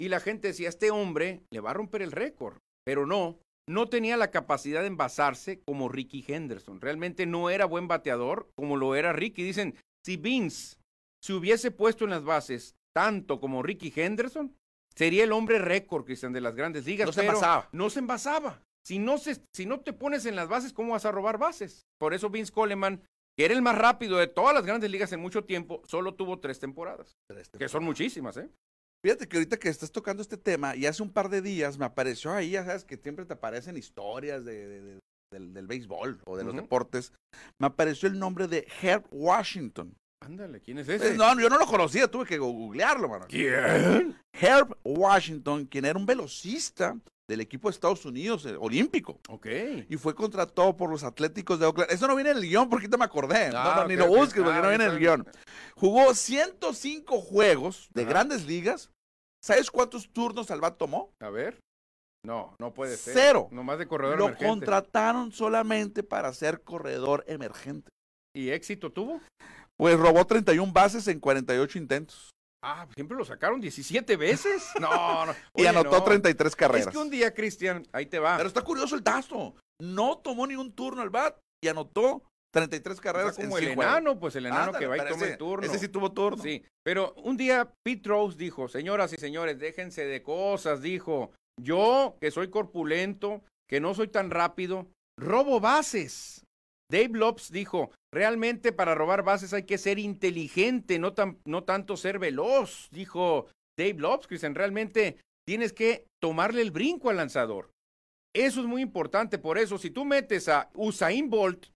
Speaker 6: Y la gente decía, este hombre le va a romper el récord. Pero no, no tenía la capacidad de envasarse como Ricky Henderson. Realmente no era buen bateador como lo era Ricky. Dicen, si Vince se hubiese puesto en las bases tanto como Ricky Henderson, sería el hombre récord, Cristian, de las grandes ligas.
Speaker 2: No se
Speaker 6: pero
Speaker 2: envasaba.
Speaker 6: No se envasaba. Si no, se, si no te pones en las bases, ¿cómo vas a robar bases? Por eso Vince Coleman, que era el más rápido de todas las grandes ligas en mucho tiempo, solo tuvo tres temporadas, que son muchísimas, ¿eh?
Speaker 2: Fíjate que ahorita que estás tocando este tema, y hace un par de días me apareció ahí, ya sabes que siempre te aparecen historias de, de- de- del, del béisbol o de los
Speaker 6: Ujú.
Speaker 2: deportes. Me apareció el nombre de Herb Washington.
Speaker 6: Ándale, ¿quién es
Speaker 2: Pues,
Speaker 6: ese?
Speaker 2: No, yo no lo conocía, tuve que googlearlo, mano.
Speaker 6: ¿Quién?
Speaker 2: Herb Washington, quien era un velocista del equipo de Estados Unidos, eh, olímpico,
Speaker 6: Ok.
Speaker 2: y fue contratado por los Atléticos de Oakland. Eso no viene en el guión, porque ahorita me acordé. No,
Speaker 6: Ah,
Speaker 2: no,
Speaker 6: ok,
Speaker 2: ni lo
Speaker 6: ok.
Speaker 2: busques, porque
Speaker 6: Ah,
Speaker 2: no viene en el
Speaker 6: está bien.
Speaker 2: guión. Jugó 105 juegos de
Speaker 6: Ajá.
Speaker 2: grandes ligas. ¿Sabes cuántos turnos al bat tomó?
Speaker 6: A ver. No, no puede ser.
Speaker 2: Cero.
Speaker 6: Nomás de corredor
Speaker 2: Lo
Speaker 6: emergente.
Speaker 2: contrataron solamente para ser corredor emergente.
Speaker 6: ¿Y éxito tuvo?
Speaker 2: Pues robó 31 bases en 48 intentos.
Speaker 6: Ah, siempre lo sacaron 17 veces. No, no.
Speaker 2: y
Speaker 6: Oye,
Speaker 2: anotó
Speaker 6: no.
Speaker 2: 33 carreras.
Speaker 6: Es que un día, Cristian, ahí te va.
Speaker 2: Pero está curioso el dato. No tomó ni un turno al bat y anotó 33
Speaker 6: Está
Speaker 2: carreras
Speaker 6: como
Speaker 2: en
Speaker 6: el
Speaker 2: 100 juegos.
Speaker 6: enano, pues el enano
Speaker 2: Ándale,
Speaker 6: que va y
Speaker 2: pero
Speaker 6: toma
Speaker 2: ese-
Speaker 6: el turno.
Speaker 2: Ese sí tuvo turno.
Speaker 6: Sí, pero un día Pete Rose dijo, señoras y señores, déjense de cosas, dijo, yo que soy corpulento, que no soy tan rápido, robo bases. Dave Lopes dijo, realmente para robar bases hay que ser inteligente, no, tan, no tanto ser veloz, dijo Dave Lopes, Cristian, realmente tienes que tomarle el brinco al lanzador. Eso es muy importante, por eso si tú metes a Usain Bolt,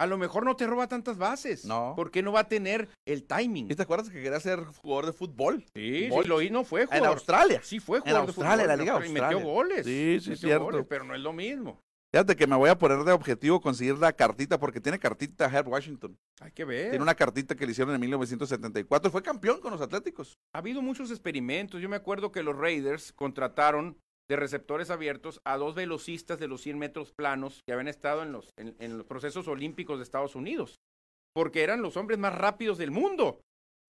Speaker 6: a lo mejor no te roba tantas bases,
Speaker 2: No.
Speaker 6: porque no va a tener el timing.
Speaker 2: ¿Y te acuerdas que quería ser jugador de fútbol?
Speaker 6: Sí,
Speaker 2: Bolt.
Speaker 6: sí, lo y no fue
Speaker 2: En
Speaker 6: jugador.
Speaker 2: Australia.
Speaker 6: Sí fue
Speaker 2: En
Speaker 6: jugador de
Speaker 2: Australia,
Speaker 6: fútbol,
Speaker 2: la Liga
Speaker 6: pero- y metió
Speaker 2: Australia.
Speaker 6: goles.
Speaker 2: Sí, sí,
Speaker 6: metió
Speaker 2: cierto.
Speaker 6: goles, pero no es lo mismo.
Speaker 2: Fíjate que me voy a poner de objetivo conseguir la cartita, porque tiene cartita Herb Washington.
Speaker 6: Hay que ver.
Speaker 2: Tiene una cartita que le hicieron en 1974. Fue campeón con los Atléticos.
Speaker 6: Ha habido muchos experimentos. Yo me acuerdo que los Raiders contrataron de receptores abiertos a dos velocistas de los 100 metros planos que habían estado en los, en, en los procesos olímpicos de Estados Unidos, porque eran los hombres más rápidos del mundo.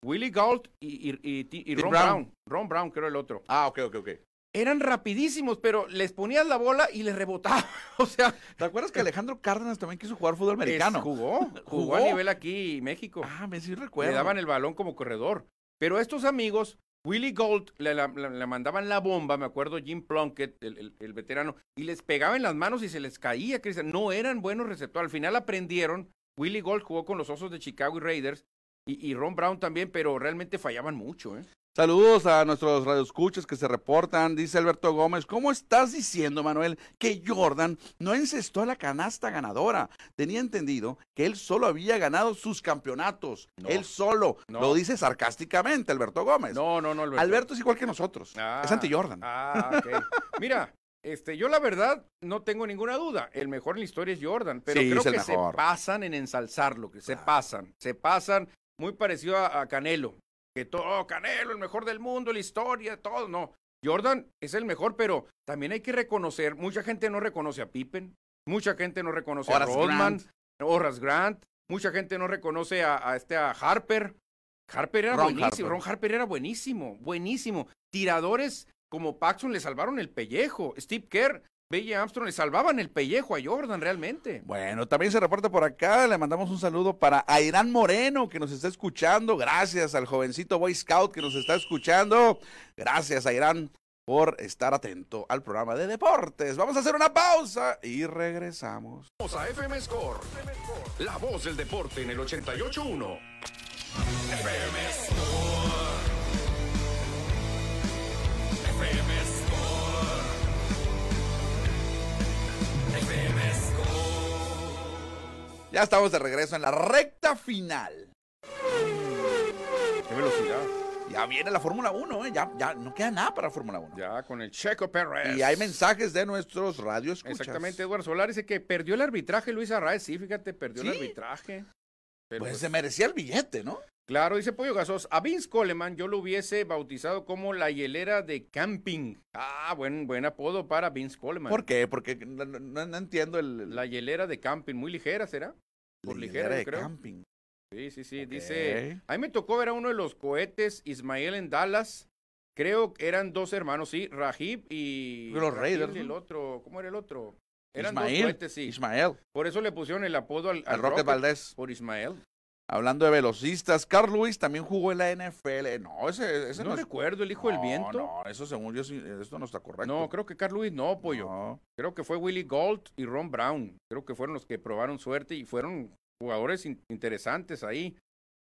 Speaker 6: Willie Gault y, y- y- y Ron
Speaker 2: Brown.
Speaker 6: Brown. Ron Brown, creo el otro.
Speaker 2: Ah, ok, ok, ok.
Speaker 6: Eran rapidísimos, pero les ponías la bola y les rebotaba. O sea,
Speaker 2: ¿Te acuerdas que Alejandro Cárdenas también quiso jugar fútbol
Speaker 6: Es-
Speaker 2: americano?
Speaker 6: jugó, jugó,
Speaker 2: Jugó.
Speaker 6: a nivel aquí México.
Speaker 2: Ah, me sí recuerdo.
Speaker 6: le daban el balón como corredor. Pero estos amigos, Willie Gold, le, la- la- le mandaban la bomba, me acuerdo Jim Plunkett, el, el- el veterano, y les pegaba en las manos y se les caía, Cristian. No eran buenos receptores. Al final aprendieron. Willie Gold jugó con los Osos de Chicago y Raiders. Y, y Ron Brown también, pero realmente fallaban mucho, ¿eh?
Speaker 2: Saludos a nuestros radioescuchas que se reportan. Dice Alberto Gómez, ¿cómo estás diciendo, Manuel, que Jordan no encestó a la canasta ganadora? Tenía entendido que él solo había ganado sus campeonatos.
Speaker 6: No.
Speaker 2: Él solo.
Speaker 6: No.
Speaker 2: Lo dice sarcásticamente, Alberto Gómez.
Speaker 6: No, no, no, Alberto.
Speaker 2: Alberto es igual que nosotros.
Speaker 6: Ah,
Speaker 2: es anti-Jordan.
Speaker 6: Ah, ok. Mira, este, yo la verdad no tengo ninguna duda. El mejor en la historia es Jordan, pero
Speaker 2: Sí,
Speaker 6: creo
Speaker 2: es el
Speaker 6: que
Speaker 2: mejor.
Speaker 6: se pasan en ensalzarlo, que se
Speaker 2: Claro.
Speaker 6: pasan, se pasan muy parecido a, a Canelo. Que todo, Canelo, el mejor del mundo, la historia, todo, no. Jordan es el mejor, pero también hay que reconocer, mucha gente no reconoce a Pippen, mucha gente no reconoce
Speaker 2: Horace
Speaker 6: a Rodman,
Speaker 2: Grant.
Speaker 6: Horace Grant, mucha gente no reconoce a, a este a Harper. Harper era
Speaker 2: Ron
Speaker 6: buenísimo,
Speaker 2: Harper.
Speaker 6: Ron Harper era buenísimo, buenísimo. Tiradores como Paxson le salvaron el pellejo, Steve Kerr, Billy Armstrong le salvaban el pellejo a Jordan realmente.
Speaker 2: Bueno, también se reporta por acá, le mandamos un saludo para Airán Moreno que nos está escuchando, gracias al jovencito Boy Scout que nos está escuchando, gracias Airán por estar atento al programa de deportes. Vamos a hacer una pausa y regresamos.
Speaker 4: Vamos a FM Score. La voz del deporte en el 88.1.
Speaker 2: Ya estamos de regreso en la recta final.
Speaker 6: Qué velocidad.
Speaker 2: Ya viene la Fórmula 1, ¿eh? ya, ya no queda nada para Fórmula 1.
Speaker 6: Ya con el Checo Pérez.
Speaker 2: Y hay mensajes de nuestros radios.
Speaker 6: Exactamente, Eduardo Solar dice que perdió el arbitraje Luis Arraez, sí, fíjate, perdió el
Speaker 2: Sí.
Speaker 6: arbitraje. Pero
Speaker 2: Pues
Speaker 6: pues-
Speaker 2: se merecía el billete, ¿no?
Speaker 6: Claro, dice Pollo Gasos, a Vince Coleman yo lo hubiese bautizado como la hielera de camping. Ah, buen, buen apodo para Vince Coleman.
Speaker 2: ¿Por qué? Porque no, no- no entiendo el...
Speaker 6: La hielera de camping, muy ligera, ¿será? por
Speaker 2: la
Speaker 6: ligera,
Speaker 2: hilera
Speaker 6: yo
Speaker 2: de
Speaker 6: creo.
Speaker 2: camping.
Speaker 6: Sí, sí, sí.
Speaker 2: Ok.
Speaker 6: Dice, a mí me tocó ver a uno de los cohetes, Ismael en Dallas. Creo que eran dos hermanos, sí, Rahib y...
Speaker 2: Los
Speaker 6: Rahib
Speaker 2: Raiders,
Speaker 6: y el
Speaker 2: ¿no?
Speaker 6: otro, ¿cómo era el otro? Eran
Speaker 2: Ismael,
Speaker 6: dos cohetes, sí.
Speaker 2: Ismael.
Speaker 6: Por eso le pusieron el apodo al,
Speaker 2: al Roque Valdés.
Speaker 6: Por Ismael.
Speaker 2: Hablando de velocistas, Carl Lewis también jugó en la NFL. No, ese, ese
Speaker 6: no,
Speaker 2: es-
Speaker 6: recuerdo, el hijo del
Speaker 2: No,
Speaker 6: viento. No,
Speaker 2: No, eso según yo, sí, esto no está correcto.
Speaker 6: creo que Carl Luis no, Pollo.
Speaker 2: No.
Speaker 6: Creo que fue Willie Gold y Ron Brown. Creo que fueron los que probaron suerte y fueron jugadores in- interesantes ahí.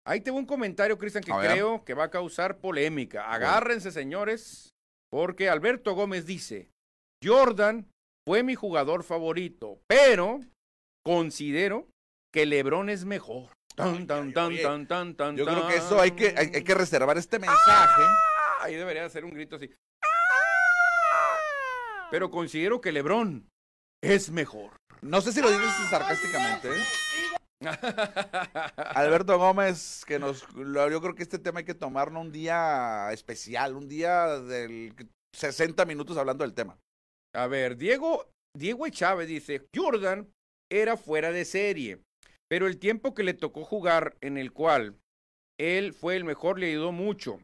Speaker 6: Ahí tengo un comentario, Cristian, que
Speaker 2: A ver.
Speaker 6: creo que va a causar polémica. Agárrense, señores, porque Alberto Gómez dice, Jordan fue mi jugador favorito, pero considero que Lebron es mejor. Tan, tan, tan,
Speaker 2: Oye,
Speaker 6: tan, tan, tan,
Speaker 2: Yo creo que eso hay que, hay, hay que reservar este mensaje.
Speaker 6: Ah, Ahí debería hacer un grito así. Pero considero que Lebron es mejor.
Speaker 2: No sé si lo dices
Speaker 6: Ah.
Speaker 2: sarcásticamente. ¿eh? Alberto Gómez, que nos. lo- Yo creo que este tema hay que tomarlo un día especial, un día del 60 minutos hablando del tema.
Speaker 6: A ver, Diego, Diego Chávez dice, Jordan era fuera de serie, pero el tiempo que le tocó jugar en el cual él fue el mejor le ayudó mucho.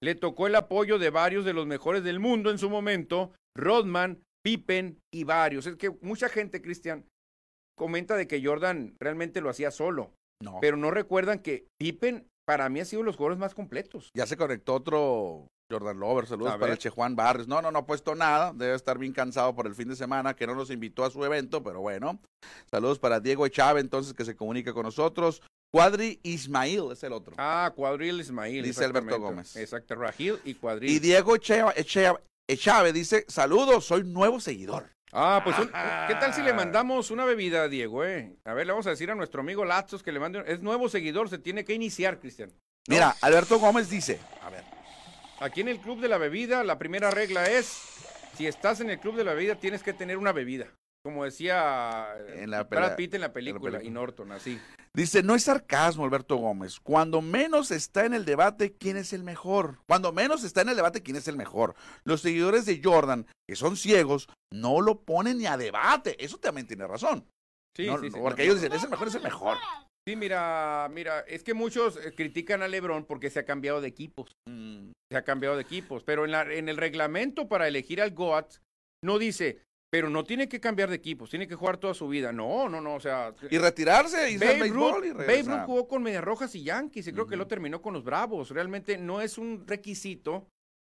Speaker 6: Le tocó el apoyo de varios de los mejores del mundo en su momento, Rodman, Pippen y varios. Es que mucha gente, Cristian, comenta de que Jordan realmente lo hacía solo,
Speaker 2: No.
Speaker 6: pero no recuerdan que Pippen para mí ha sido uno de los jugadores más completos.
Speaker 2: Ya se conectó otro Jordan Lover, saludos
Speaker 6: A
Speaker 2: para
Speaker 6: ver.
Speaker 2: el Che Juan Barrios. No, no, no ha puesto nada, debe estar bien cansado por el fin de semana, que no nos invitó a su evento, pero bueno. Saludos para Diego Chávez, entonces, que se comunica con nosotros. Cuadri Ismail es el otro.
Speaker 6: Ah, Cuadril Ismail.
Speaker 2: Dice Alberto
Speaker 6: exactamente.
Speaker 2: Gómez.
Speaker 6: Exacto, Rahil y Cuadril.
Speaker 2: y Diego Chea- Chea- Chávez dice, saludos, soy nuevo seguidor.
Speaker 6: Ah, pues un-
Speaker 2: Ajá.
Speaker 6: ¿qué tal si le mandamos una bebida a Diego, eh? A ver, le vamos a decir a nuestro amigo Lazos que le mande. Es nuevo seguidor, se tiene que iniciar, Cristian.
Speaker 2: Mira, Alberto Gómez dice, a ver,
Speaker 6: Aquí en el Club de la Bebida, la primera regla es: si estás en el Club de la Bebida, tienes que tener una bebida. Como decía eh,
Speaker 2: En la pela-
Speaker 6: Brad Pitt en la
Speaker 2: película.
Speaker 6: película y Norton, así.
Speaker 2: dice, no es sarcasmo Alberto Gómez, cuando menos está en el debate quién es el mejor, cuando menos está en el debate quién es el mejor. Los seguidores de Jordan, que son ciegos, no lo ponen ni a debate, eso también tiene razón.
Speaker 6: Sí,
Speaker 2: No,
Speaker 6: sí, sí.
Speaker 2: no, porque
Speaker 6: no,
Speaker 2: ellos dicen, es el mejor, es el mejor.
Speaker 6: Sí, mira, mira, es que muchos eh, critican a LeBron porque se ha cambiado de equipos.
Speaker 2: Mm,
Speaker 6: se ha cambiado de equipos, pero en, la- en el reglamento para elegir al GOAT no dice, pero no tiene que cambiar de equipos, tiene que jugar toda su vida. No, no, no, o sea,
Speaker 2: Y retirarse, irse al
Speaker 6: Babe
Speaker 2: béisbol y
Speaker 6: Ruth, Babe
Speaker 2: regresar.
Speaker 6: Ruth jugó con Medias Rojas y Yankees y creo que
Speaker 2: Ujú.
Speaker 6: lo terminó con los Bravos. Realmente no es un requisito.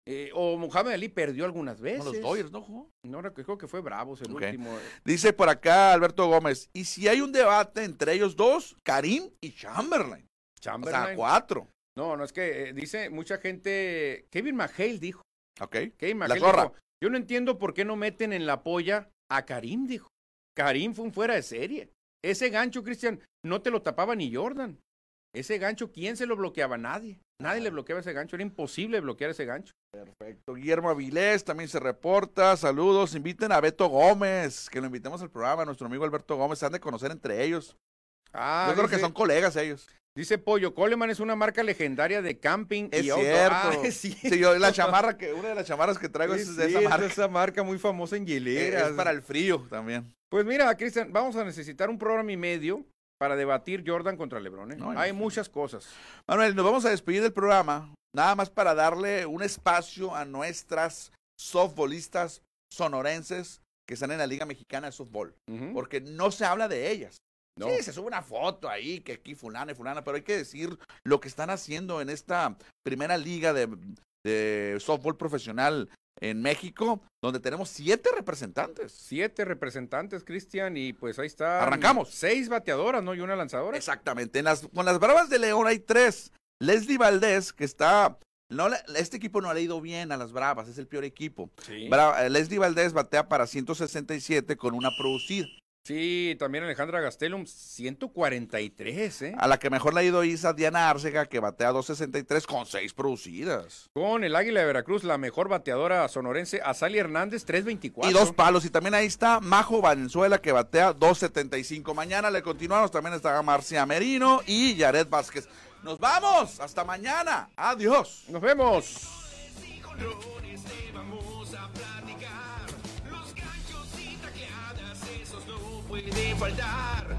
Speaker 6: eh, o Mohamed Ali perdió algunas veces.
Speaker 2: Con los Dodgers, ¿no jugó?
Speaker 6: No, rec- creo que fue Bravos el
Speaker 2: Ok.
Speaker 6: último. eh,
Speaker 2: Dice por acá Alberto Gómez, y si hay un debate entre ellos dos, Karim y Chamberlain, o sea,
Speaker 6: Chamberlain.
Speaker 2: cuatro.
Speaker 6: No, no, es que eh, dice mucha gente. Kevin McHale dijo.
Speaker 2: Ok.
Speaker 6: Kevin
Speaker 2: La
Speaker 6: McHale
Speaker 2: zorra.
Speaker 6: dijo, Yo no entiendo por qué no meten en la polla a Karim, dijo. Karim fue un fuera de serie. Ese gancho, Cristian, no te lo tapaba ni Jordan. Ese gancho, ¿quién se lo bloqueaba? Nadie. Nadie
Speaker 2: Ah.
Speaker 6: le bloqueaba ese gancho. Era imposible bloquear ese gancho.
Speaker 2: Perfecto. Guillermo Avilés también se reporta. Saludos. Inviten a Beto Gómez, que lo invitemos al programa. Nuestro amigo Alberto Gómez. Se han de conocer entre ellos.
Speaker 6: Ah,
Speaker 2: Yo creo
Speaker 6: dice-
Speaker 2: que son colegas ellos.
Speaker 6: Dice Pollo, Coleman es una marca legendaria de camping
Speaker 2: Es
Speaker 6: y auto.
Speaker 2: cierto.
Speaker 6: Ah, es cierto.
Speaker 2: Sí, yo la chamarra que, una de las chamarras que traigo
Speaker 6: Sí,
Speaker 2: es de
Speaker 6: sí,
Speaker 2: esa
Speaker 6: es
Speaker 2: marca.
Speaker 6: esa marca muy famosa en
Speaker 2: Eh,
Speaker 6: hieleras.
Speaker 2: Es para el frío también.
Speaker 6: Pues mira, Cristian, vamos a necesitar un programa y medio para debatir Jordan contra LeBron. ¿eh?
Speaker 2: No,
Speaker 6: Hay
Speaker 2: imagínate.
Speaker 6: muchas cosas.
Speaker 2: Manuel, nos vamos a despedir del programa. Nada más para darle un espacio a nuestras softbolistas sonorenses que están en la Liga Mexicana de Softball.
Speaker 6: Por-
Speaker 2: Porque no se habla de ellas.
Speaker 6: No.
Speaker 2: Sí, se sube una foto ahí, que aquí fulana y fulana, pero hay que decir lo que están haciendo en esta primera liga de, de softball profesional en México, donde tenemos siete representantes.
Speaker 6: Siete representantes, Cristian, y pues ahí está.
Speaker 2: Arrancamos.
Speaker 6: Seis bateadoras, ¿no? Y una lanzadora.
Speaker 2: Exactamente. En las, con las Bravas de León hay tres. Leslie Valdés, que está... No, le- este equipo no le ha ido bien a las Bravas, es el peor equipo.
Speaker 6: Sí.
Speaker 2: Bra- eh, Leslie Valdés batea para 167 con una producida.
Speaker 6: Sí, también Alejandra Gastelum, 143, ¿eh?
Speaker 2: A la que mejor le ha ido Isa Diana Arcega, que batea 263 con seis producidas.
Speaker 6: Con el Águila de Veracruz, la mejor bateadora sonorense, Azali Hernández, 324.
Speaker 2: Y dos palos. Y también ahí está Majo Valenzuela que batea 2.75. Mañana le continuamos. También está Marcia Merino y Yaret Vázquez. Nos vamos. Hasta mañana. Adiós.
Speaker 6: Nos vemos.
Speaker 3: Colores te vamos a platicar. Los ganchos y tacleadas, esos no pueden faltar.